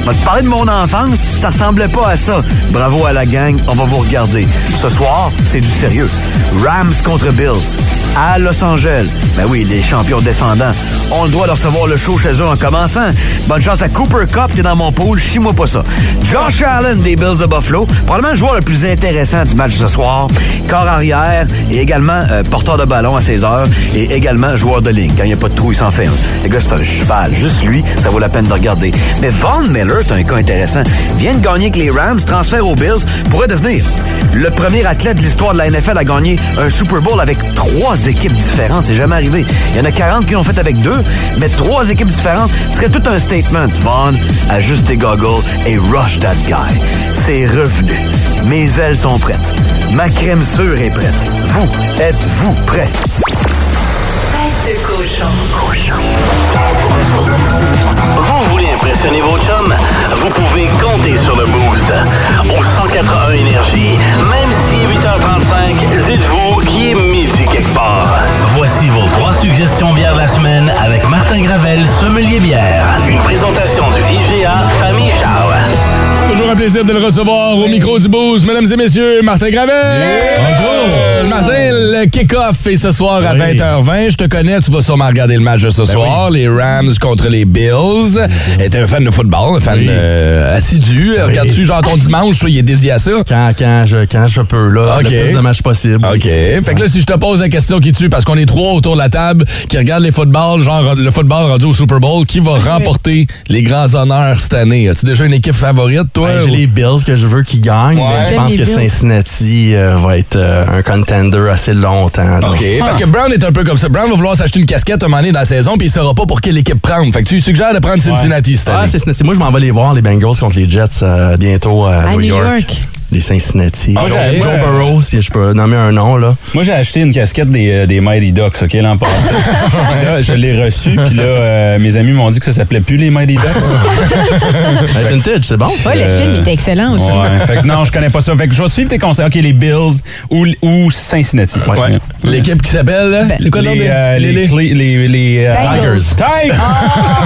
Speaker 5: Je vais te parler de mon enfance, ça ressemblait pas à ça. Bravo à la gang, on va vous regarder. Ce soir, c'est du sérieux. Rams contre Bills, à Los Angeles. Ben oui, les champions défendants. On doit leur recevoir le show chez eux en commençant. Bonne chance à Cooper Cup, t'es dans mon pool, chie-moi pas ça. Josh Allen des Bills de Buffalo, probablement le joueur le plus intéressant du match ce soir. Corps arrière et également euh, porteur de ballon à 16 heures et également joueur de ligne. Quand il n'y a pas de trou, il s'en fait un. Le gars, c'est un cheval. Juste lui, ça vaut la peine de regarder. Mais Von Miller, c'est un cas intéressant. Vient de gagner avec les Rams, transfert aux Bills, pourrait devenir le premier athlète de l'histoire de la NFL à gagner un Super Bowl avec trois équipes différentes. C'est jamais arrivé. Il y en a 40 qui l'ont fait avec deux, mais trois équipes différentes ce serait tout un statement. Vaughn, ajuste tes goggles et rush that guy. C'est revenu. Mes ailes sont prêtes. Ma crème sûre est prête. Vous, êtes-vous prêts?
Speaker 1: Vous voulez impressionner vos chums? Vous pouvez compter sur le boost. Au 181 Énergie, même si 8h35, dites-vous qu'il est midi quelque part. Voici vos trois suggestions bières de la semaine avec Martin Gravel, sommelier bière. Une présentation du IGA Famille Charles.
Speaker 2: Toujours un plaisir de le recevoir au micro du Boost. Mesdames et messieurs, Martin Gravel. Bonjour. Martin, le kick-off est ce soir à 20h20. Je te connais, tu vas sûrement regarder le match de
Speaker 11: Ben
Speaker 2: ce soir. Les Rams contre les Bills.
Speaker 11: Mm-hmm.
Speaker 2: Et T'es un fan de football, un fan euh, assidu. Regardes-tu, genre, ton dimanche, toi, il est dédié à ça?
Speaker 11: Quand, quand, je, quand je peux, là,
Speaker 2: OK.
Speaker 11: le plus de matchs possible.
Speaker 2: OK. Fait que là, si je te pose la question qui tue, parce qu'on est trois autour de la table qui regardent les footballs, genre le football rendu au Super Bowl, qui va remporter les grands honneurs cette année? As-tu déjà une équipe favorite, toi?
Speaker 11: Ben, J'ai les Bills que je veux qu'ils gagnent, mais je
Speaker 3: J'aime
Speaker 11: pense
Speaker 3: les
Speaker 11: que
Speaker 3: Bills.
Speaker 11: Cincinnati euh, va être euh, un contender assez longtemps. là.
Speaker 2: OK, parce que Brown est un peu comme ça. Brown va vouloir s'acheter une casquette un moment donné dans la saison, puis il saura pas pour quelle équipe prendre. Fait que tu lui suggères de prendre Cincinnati cette
Speaker 11: Ah,
Speaker 2: année.
Speaker 11: Cincinnati. Moi, je m'en vais les voir, les Bengals contre les Jets, euh, bientôt à, New,
Speaker 3: New
Speaker 11: York.
Speaker 3: York.
Speaker 11: Les Cincinnati.
Speaker 2: Ah,
Speaker 11: Joe,
Speaker 2: ouais,
Speaker 11: Joe
Speaker 2: ouais.
Speaker 11: Burrow, si je peux nommer un nom, là.
Speaker 5: Moi, j'ai acheté une casquette des, euh, des Mighty Ducks, OK, l'an passé. Puis là, je l'ai reçue, puis là, euh, mes amis m'ont dit que ça s'appelait plus les Mighty Ducks.
Speaker 11: Ben, vintage, c'est bon.
Speaker 3: Ouais,
Speaker 2: Euh,
Speaker 3: le film était excellent aussi.
Speaker 5: Ouais. Fait que non, je connais pas ça. Fait que je vais suivre tes conseils. OK, les Bills ou, ou Cincinnati.
Speaker 11: Ouais.
Speaker 5: Ouais.
Speaker 2: L'équipe qui s'appelle. là, C'est quoi le nom
Speaker 5: Les,
Speaker 2: des-
Speaker 5: euh, les,
Speaker 2: les-
Speaker 5: Cle- les- les, euh,
Speaker 3: Bengals.
Speaker 5: Tigers.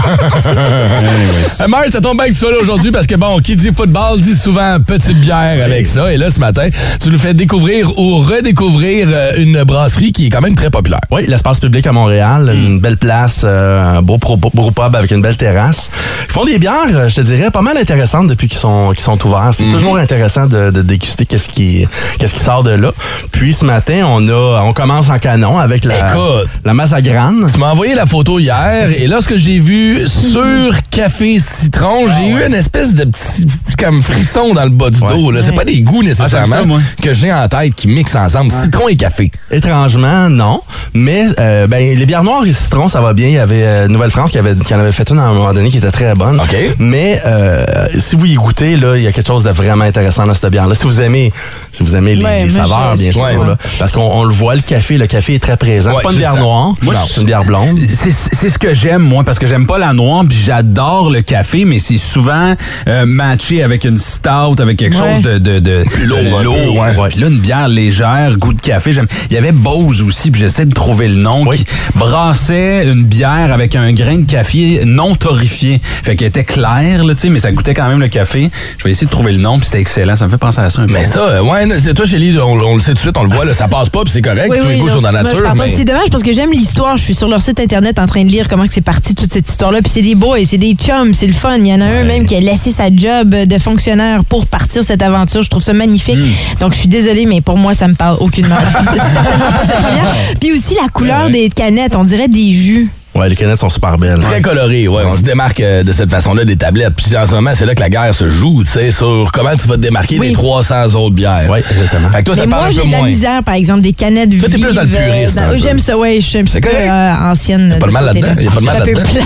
Speaker 5: Tigers! Anyways.
Speaker 2: Euh, Marc, ça tombe bien que tu sois là aujourd'hui parce que, bon, qui dit football dit souvent petite bière avec ça. Et là, ce matin, tu nous fais découvrir ou redécouvrir euh, une brasserie qui est quand même très populaire.
Speaker 11: Oui, l'espace public à Montréal,
Speaker 2: Hmm.
Speaker 11: une belle place, euh, un beau, pro- beau, beau pub avec une belle terrasse. Ils font des bières, euh, je te dirais, pas mal intéressantes depuis qu'ils sont, qu'ils sont ouverts.
Speaker 2: Hmm.
Speaker 11: C'est toujours intéressant de, de déguster qu'est-ce qui, qu'est-ce qui sort de là. Puis ce matin, on a, on commence en canon avec la,
Speaker 2: Écoute.
Speaker 11: la masse à graines.
Speaker 2: Tu m'as envoyé la photo hier et lorsque j'ai vu sur café citron,
Speaker 5: Ah
Speaker 2: j'ai eu une espèce de petit comme frisson dans le bas du dos. là. C'est pas des goûts nécessairement
Speaker 5: Ah, j'aime ça, moi.
Speaker 2: que j'ai en tête qui mixent ensemble citron et café.
Speaker 11: Étrangement, non. Mais euh, ben, les bières noires et citron, ça va bien. Il y avait euh, Nouvelle-France qui, avait, qui en avait fait une à un moment donné qui était très bonne.
Speaker 2: OK.
Speaker 11: Mais euh, si vous y goûtez, là, il y a quelque chose de vraiment intéressant dans cette bière-là. Si vous aimez, si vous aimez les,
Speaker 3: Ouais,
Speaker 11: les
Speaker 3: mais
Speaker 11: saveurs,
Speaker 3: je-
Speaker 11: bien
Speaker 3: je-
Speaker 11: sûr.
Speaker 3: ouais.
Speaker 11: là. parce qu'on on le voit, le café, le café est très présent.
Speaker 2: Ouais,
Speaker 11: c'est pas une
Speaker 2: je
Speaker 11: bière
Speaker 2: le sens.
Speaker 11: noire,
Speaker 5: Moi,
Speaker 11: Non,
Speaker 5: je-
Speaker 11: c'est une bière blonde.
Speaker 5: C'est c'est ce que j'aime, moi, parce que j'aime pas la noire, puis j'adore le café, mais c'est souvent euh, matché avec une stout, avec quelque
Speaker 3: Ouais.
Speaker 5: chose de,
Speaker 13: de, de plus
Speaker 2: lourd un peu, ouais.
Speaker 13: Puis là, une bière légère, goût de café. J'aime. Il y avait Bose aussi, puis j'essaie de trouver le nom, qui brassait une bière avec un grain de café non torréfié. Fait qu'elle était claire, là, tu sais, mais ça goûtait quand même le café. Je vais essayer de trouver le nom, puis c'était excellent. Ça me fait penser à ça un peu.
Speaker 2: Mais ça, euh, ouais, non, c'est toi, Chélie, on, on le sait tout de suite, on le voit, là, ça passe pas, puis c'est correct, tous les coups
Speaker 3: non,
Speaker 2: sont dans la
Speaker 3: excuse-moi, je
Speaker 2: nature.
Speaker 3: parle pas de-
Speaker 2: mais-
Speaker 3: C'est dommage parce que j'aime l'histoire. Je suis sur leur site internet en train de lire comment que c'est parti toute cette histoire-là. Puis c'est des boys, c'est des chums, c'est le fun. Il y en a un même qui a laissé sa job de fonctionnaire pour partir cette aventure. Je trouve ça magnifique.
Speaker 2: Hmm.
Speaker 3: Donc je suis désolée, mais pour moi, ça me parle aucunement. C'est certainement pas cette première.
Speaker 2: Ah.
Speaker 3: Puis aussi la couleur des canettes, on dirait des jus.
Speaker 2: Ouais, les canettes sont super belles. Très colorées, ouais. On se démarque euh, de cette façon-là des tablettes. Puis en ce moment, c'est là que la guerre se joue, tu sais, sur comment tu vas te démarquer des 300 autres bières. Oui, exactement. Fait que toi, ça
Speaker 3: mais
Speaker 2: te
Speaker 3: moi,
Speaker 2: parle
Speaker 3: j'ai
Speaker 2: un
Speaker 3: de
Speaker 2: peu
Speaker 3: la
Speaker 2: moins.
Speaker 3: misère, par exemple, des canettes vives.
Speaker 2: Toi, t'es plus dans le puriste,
Speaker 3: euh, dans-
Speaker 2: un peu.
Speaker 3: J'aime ça, ouais. Je suis un petit
Speaker 2: C'est
Speaker 3: peu
Speaker 2: correct.
Speaker 3: euh, ancienne.
Speaker 2: Pas de mal là-dedans. Il a pas de mal là-dedans.
Speaker 3: un peu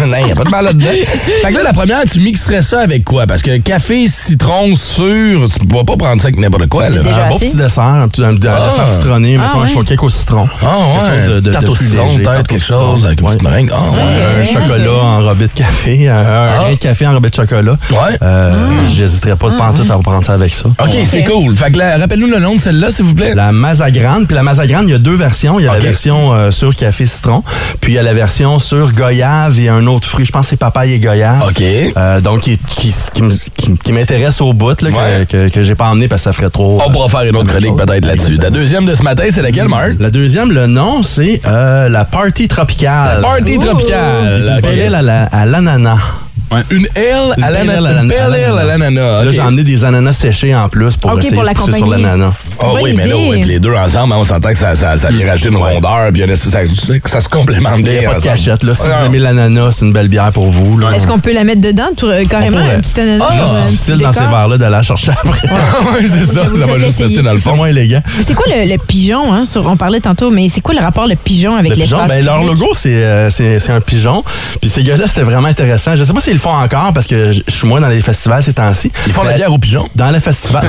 Speaker 2: non, il a pas de mal là-dedans. Fait que là, la première, tu mixerais ça avec quoi? Parce que café, citron, sûr, tu vas pas prendre ça avec n'importe quoi. Là.
Speaker 11: un beau petit dessert, un, petit-
Speaker 2: Ah.
Speaker 11: un dessert citronné,
Speaker 2: Ah,
Speaker 11: mettons un
Speaker 2: ouais.
Speaker 11: shortcake au citron.
Speaker 2: Ah ouais,
Speaker 11: Quelque chose de, de,
Speaker 2: tarte
Speaker 11: de
Speaker 2: au
Speaker 11: plus
Speaker 2: citron,
Speaker 11: léger,
Speaker 2: peut-être,
Speaker 11: tarte au
Speaker 2: quelque
Speaker 11: citron.
Speaker 2: chose avec une petite meringue. Ah, ouais.
Speaker 11: Un chocolat enrobé de café, un, un
Speaker 2: Ah.
Speaker 11: rein de café enrobé de chocolat.
Speaker 2: Ouais.
Speaker 11: Euh, J'hésiterais pas de pantoute à prendre ça avec ça.
Speaker 2: OK, c'est cool. Fait que là, rappelle-nous le nom de celle-là, s'il vous plaît.
Speaker 11: La Mazagrande. Puis la Mazagrande, il y a deux versions. Il y a la version euh, sur café citron, puis il y a la version sur goyave et un autre fruit. Je pense que c'est papaye et goyave. Euh,
Speaker 2: OK.
Speaker 11: donc, qui, qui, qui, m- qui- qui m'intéresse au bout, là, que, que, que j'ai pas emmené parce que ça ferait trop.
Speaker 2: On pourra faire une autre chronique peut-être là-dessus. Ta deuxième de ce matin, c'est laquelle, Marc?
Speaker 11: La deuxième, le nom, c'est euh, la Party Tropicale.
Speaker 2: La Party Ouh. Tropicale.
Speaker 11: Une
Speaker 2: Ok.
Speaker 11: belle ale à la- à l'ananas.
Speaker 2: Une ale à
Speaker 11: belle
Speaker 2: l'ananas. Une belle ale à l'ananas.
Speaker 11: Là,
Speaker 2: ok.
Speaker 11: j'ai emmené des ananas séchés en plus pour
Speaker 2: Ok,
Speaker 11: essayer
Speaker 2: pour
Speaker 11: de pousser sur
Speaker 2: l'accompagner.
Speaker 11: l'ananas.
Speaker 2: Ah oui, mais là, oui, puis les deux ensemble, hein, on s'entend que ça, ça, ça vient rajouter une rondeur, puis il y en a- ça, ça- ça se complémente
Speaker 11: Il
Speaker 2: bien.
Speaker 11: n'y a pas de
Speaker 2: ensemble.
Speaker 11: cachette. Là, si
Speaker 2: Ah,
Speaker 11: vous aimez l'ananas, c'est une belle bière pour vous. Là.
Speaker 3: Est-ce qu'on peut la metmettre dedans, tout- euh, carrément,
Speaker 11: pourrait.
Speaker 3: un petit ananas?
Speaker 11: Ah,
Speaker 3: euh, un
Speaker 11: c'est difficile
Speaker 3: petit
Speaker 11: dans ces
Speaker 3: décor?
Speaker 11: verres-là d'aller la chercher après.
Speaker 2: Ah, Ouais, c'est ça.
Speaker 3: vous
Speaker 11: Ça va
Speaker 3: faites
Speaker 11: juste
Speaker 3: essayer.
Speaker 11: rester dans le fond. C'est moins élégant.
Speaker 3: Mais c'est quoi le, le pigeon, hein? sur- on parlait tantôt, mais c'est quoi le rapport le pigeon avec
Speaker 11: Le pigeon,
Speaker 3: l'espace?
Speaker 11: ben, leur
Speaker 3: public?
Speaker 11: logo, c'est euh, c'est- c'est un pigeon. Puis ces gars-là, c'était vraiment intéressant. Je sais pas s'ils le font encore parce que je je suis moins dans les festivals ces temps-ci.
Speaker 2: Ils font la bière aux pigeons?
Speaker 11: Dans les festivals.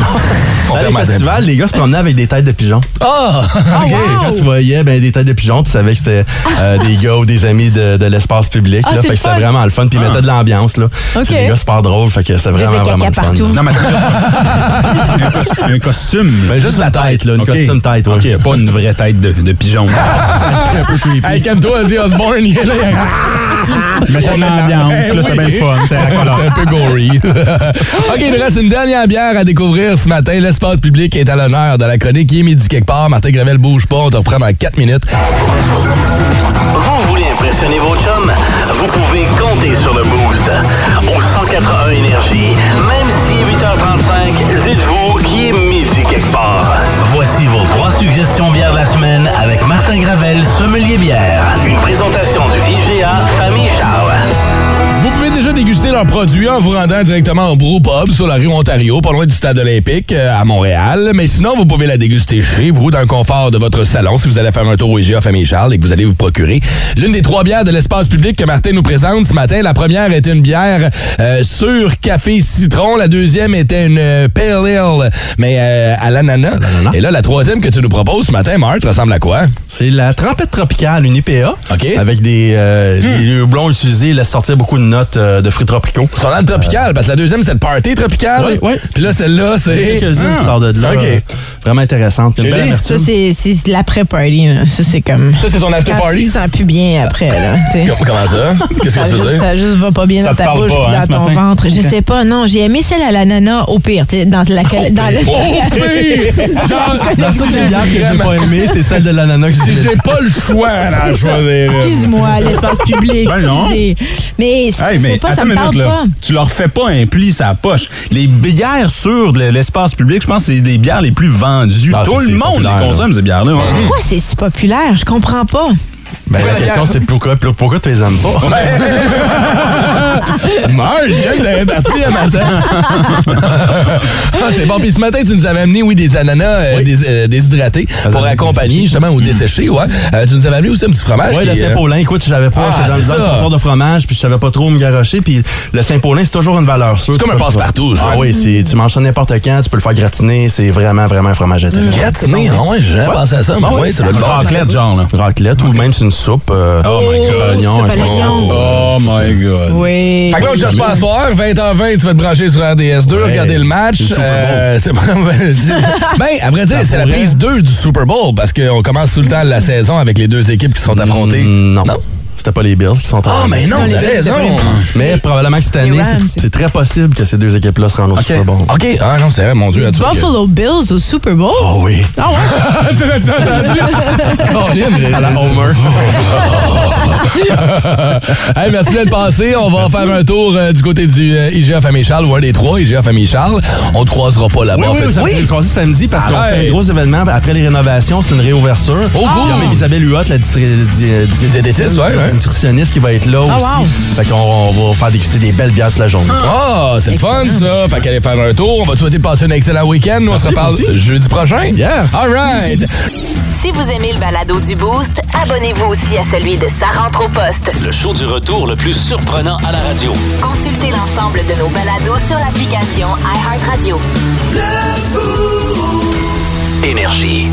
Speaker 11: dans les
Speaker 2: ferme la
Speaker 11: festivals, les gars se promenaient avec des têtes de pigeons.
Speaker 3: Oh.
Speaker 2: Ah!
Speaker 11: OK. Quand tu voyais ben, des têtes de pigeons, tu savais que c'était euh, des gars ou des amis de, de l'espace public.
Speaker 3: Ah,
Speaker 11: là,
Speaker 3: c'est
Speaker 11: fait que
Speaker 3: le
Speaker 11: c'était
Speaker 3: fun.
Speaker 11: vraiment le fun. Puis ils
Speaker 3: Ah.
Speaker 11: mettaient de l'ambiance. là.
Speaker 3: OK.
Speaker 11: C'est des gars super drôles. Fait que c'était
Speaker 3: Faisait
Speaker 11: vraiment,
Speaker 3: caca
Speaker 11: vraiment le fun.
Speaker 3: partout.
Speaker 11: là.
Speaker 3: Non, mais
Speaker 13: un, cos- un costume.
Speaker 11: Ben, juste la tête, là, une costume tête. ouais.
Speaker 13: OK, pas une vraie tête de, de pigeon.
Speaker 11: un peu creepy.
Speaker 2: Hey, calme-toi, Ozzy Osbourne, il est là.
Speaker 13: Mettons l'ambiance, là, c'était bien le fun, c'était la couleur.
Speaker 2: C'était un peu gory. OK, il nous reste une dernière bière à découvrir ce matin. L'espace public est à l'honneur de la chronique. Il est midi quelque part. Martin Gravel bouge pas. On te reprend dans 4 minutes.
Speaker 1: Vous voulez impressionner vos chums? Vous pouvez compter sur le boost. Au 181 Énergie, même si 8h35, dites-vous qu'il est midi quelque part. Voici vos trois suggestions bières de la semaine avec Martin Gravel, sommelier bière. Une présentation du IGA Famille Charles.
Speaker 2: Vous pouvez déjà déguster leurs produits en vous rendant directement au Brew Pub sur la rue Ontario, pas loin du Stade olympique, euh, à Montréal. Mais sinon, vous pouvez la déguster chez vous, dans le confort de votre salon, si vous allez faire un tour au IGA Famille Charles et que vous allez vous procurer l'une des trois bières de l'espace public que Martin nous présente ce matin. La première était une bière euh, sur café citron. La deuxième était une euh, pale ale, mais euh, à l'ananas. Et là, la troisième que tu nous proposes ce matin, Marthe, ressemble à quoi?
Speaker 11: C'est la trempette tropicale, une IPA. Avec des, euh,
Speaker 13: Hmm.
Speaker 11: des houblons utilisés, il laisse sortir beaucoup de notes euh, de fruits tropicaux.
Speaker 2: Ils sont dans le tropical, parce que la deuxième, c'est le party tropical.
Speaker 11: Oui, oui.
Speaker 2: Puis là, celle-là, c'est...
Speaker 11: Euh, Il y a quelques-unes qui sortent de là.
Speaker 2: OK.
Speaker 11: euh, vraiment intéressante. Une belle
Speaker 3: Ça,
Speaker 11: amertume.
Speaker 3: c'est c'est l'après-party. là. Ça, c'est comme.
Speaker 2: Ça, c'est ton after-party?
Speaker 3: Quand tu te sens plus bien après. Là, tu sais.
Speaker 2: Com- Comment ça? Qu'est-ce
Speaker 3: ça
Speaker 2: que tu veux
Speaker 3: juste,
Speaker 2: dire?
Speaker 3: ça juste va pas bien
Speaker 2: Ça
Speaker 3: dans
Speaker 2: te
Speaker 3: ta
Speaker 2: parle
Speaker 3: bouche,
Speaker 2: pas, hein, ce
Speaker 3: dans ton
Speaker 2: matin?
Speaker 3: ventre. Je
Speaker 2: Ok.
Speaker 3: sais pas, non. J'ai aimé celle à l'ananas au pire. tu sais, Dans laquelle. Dans le-
Speaker 2: Genre,
Speaker 11: la seule bière que j'ai pas aimée, c'est celle de l'ananas. que
Speaker 2: Si
Speaker 11: j'ai-
Speaker 2: j'ai pas le choix
Speaker 13: Ah,
Speaker 2: là, à
Speaker 11: C'est ça.
Speaker 2: choisir.
Speaker 3: Excuse-moi, l'espace public.
Speaker 13: Ben non.
Speaker 3: excusez. Mais c'est
Speaker 13: Hey, mais
Speaker 3: c'est pas,
Speaker 13: attends
Speaker 3: ça
Speaker 13: une
Speaker 3: me
Speaker 13: minute,
Speaker 3: parle
Speaker 13: là.
Speaker 3: pas.
Speaker 13: Tu leur fais pas un pli sa poche. Les bières sur le- l'espace public, je pense que c'est des bières les plus vendues.
Speaker 11: Ah,
Speaker 13: Tout le
Speaker 11: c'est- c'est
Speaker 13: monde
Speaker 11: populaire,
Speaker 13: les consomme,
Speaker 11: là.
Speaker 13: ces bières-là. ouais.
Speaker 3: Pourquoi c'est si populaire? Je comprends pas.
Speaker 11: Ben, la question, c'est pourquoi, pourquoi tu les aimes pas?
Speaker 2: Meurs, j'aime d'être parti un matin. ah, c'est bon. Puis ce matin, tu nous avais amené, oui, des ananas euh, dés- euh, déshydratés pour accompagner justement au desséché. Ouais. Euh, tu nous avais amené aussi un petit fromage.
Speaker 11: Oui,
Speaker 2: qui,
Speaker 11: le
Speaker 2: euh,
Speaker 11: Saint-Paulin, écoute, je l'avais pas.
Speaker 2: Ah,
Speaker 11: J'étais dans
Speaker 2: c'est
Speaker 11: le dans le
Speaker 2: ça.
Speaker 11: confort de fromage, puis je savais pas trop où me garocher. Puis le Saint-Paulin, c'est toujours une valeur sûre.
Speaker 2: C'est comme
Speaker 11: Tu
Speaker 2: un
Speaker 11: peux-
Speaker 2: passe-partout, ça.
Speaker 11: Ah oui, c'est- tu manges ça n'importe quand, tu peux le faire gratiner. C'est vraiment, vraiment un fromage intéressant.
Speaker 2: hein? Gratiné, ah ouais, j'avais pensé à ça, mais ouais, c'est le bon.
Speaker 11: Raclette, genre, là. Raclette, ou même tu une soupe. euh,
Speaker 13: Oh my
Speaker 11: soupe à
Speaker 13: God.
Speaker 11: l'oignon,
Speaker 13: Soupe
Speaker 11: un
Speaker 13: à
Speaker 11: spaghetti.
Speaker 13: l'oignon. Oh my God.
Speaker 3: Oui.
Speaker 2: Fait que là, on cherche pas à soir, 20h20, tu vas te brancher sur RDS2, regarder le match.
Speaker 13: C'est le Super Bowl.
Speaker 2: Euh, c'est pas- ben, à vrai dire, c'est la prise 2 du Super Bowl parce qu'on commence tout le temps la saison avec les deux équipes qui sont affrontées. non.
Speaker 11: C'était Mm, pas les Bills qui sont
Speaker 2: Ah, mais non, t'as raison.
Speaker 11: Mais probablement que cette année,
Speaker 3: Rams,
Speaker 11: c'est- c'est très possible que ces deux équipes-là se rendent au Super Bowl.
Speaker 2: OK. Ah non, c'est vrai, mon Dieu.
Speaker 3: Buffalo Bills au Super Bowl?
Speaker 11: Oh oui.
Speaker 3: Ah ouais?
Speaker 2: tu l'as-tu entendu? À la
Speaker 11: Homer.
Speaker 2: hey, merci d'être passé. On va faire un tour euh, du côté du euh, IGA Famille Charles ou un des trois IGA Famille Charles. On te croisera pas là-bas.
Speaker 11: Oui, oui,
Speaker 2: En fait,
Speaker 11: vous avez le croisé samedi parce qu'on
Speaker 2: Arrête.
Speaker 11: fait un gros événement. Après les rénovations, c'est une réouverture.
Speaker 2: Ah Oh, cool.
Speaker 11: Il y a même Isabelle Huot, la distri- di- di-
Speaker 2: Diététiste, ouais, ouais.
Speaker 11: nutritionniste qui va être là
Speaker 2: Ah,
Speaker 11: aussi.
Speaker 2: wow.
Speaker 11: Fait qu'on on va faire déguster des belles bières toute la journée.
Speaker 2: Ah, c'est le fun, ça. Fait qu'allez faire un tour. On va te souhaiter de passer un excellent week-end. Nous, on se reparle jeudi prochain. Yeah. All right.
Speaker 14: Si vous aimez le balado du Boost, abonnez-vous aussi à celui de Sa rentre au poste.
Speaker 1: Le show du retour le plus surprenant à la radio.
Speaker 14: Consultez l'ensemble de nos balados sur l'application iHeartRadio.
Speaker 1: Énergie.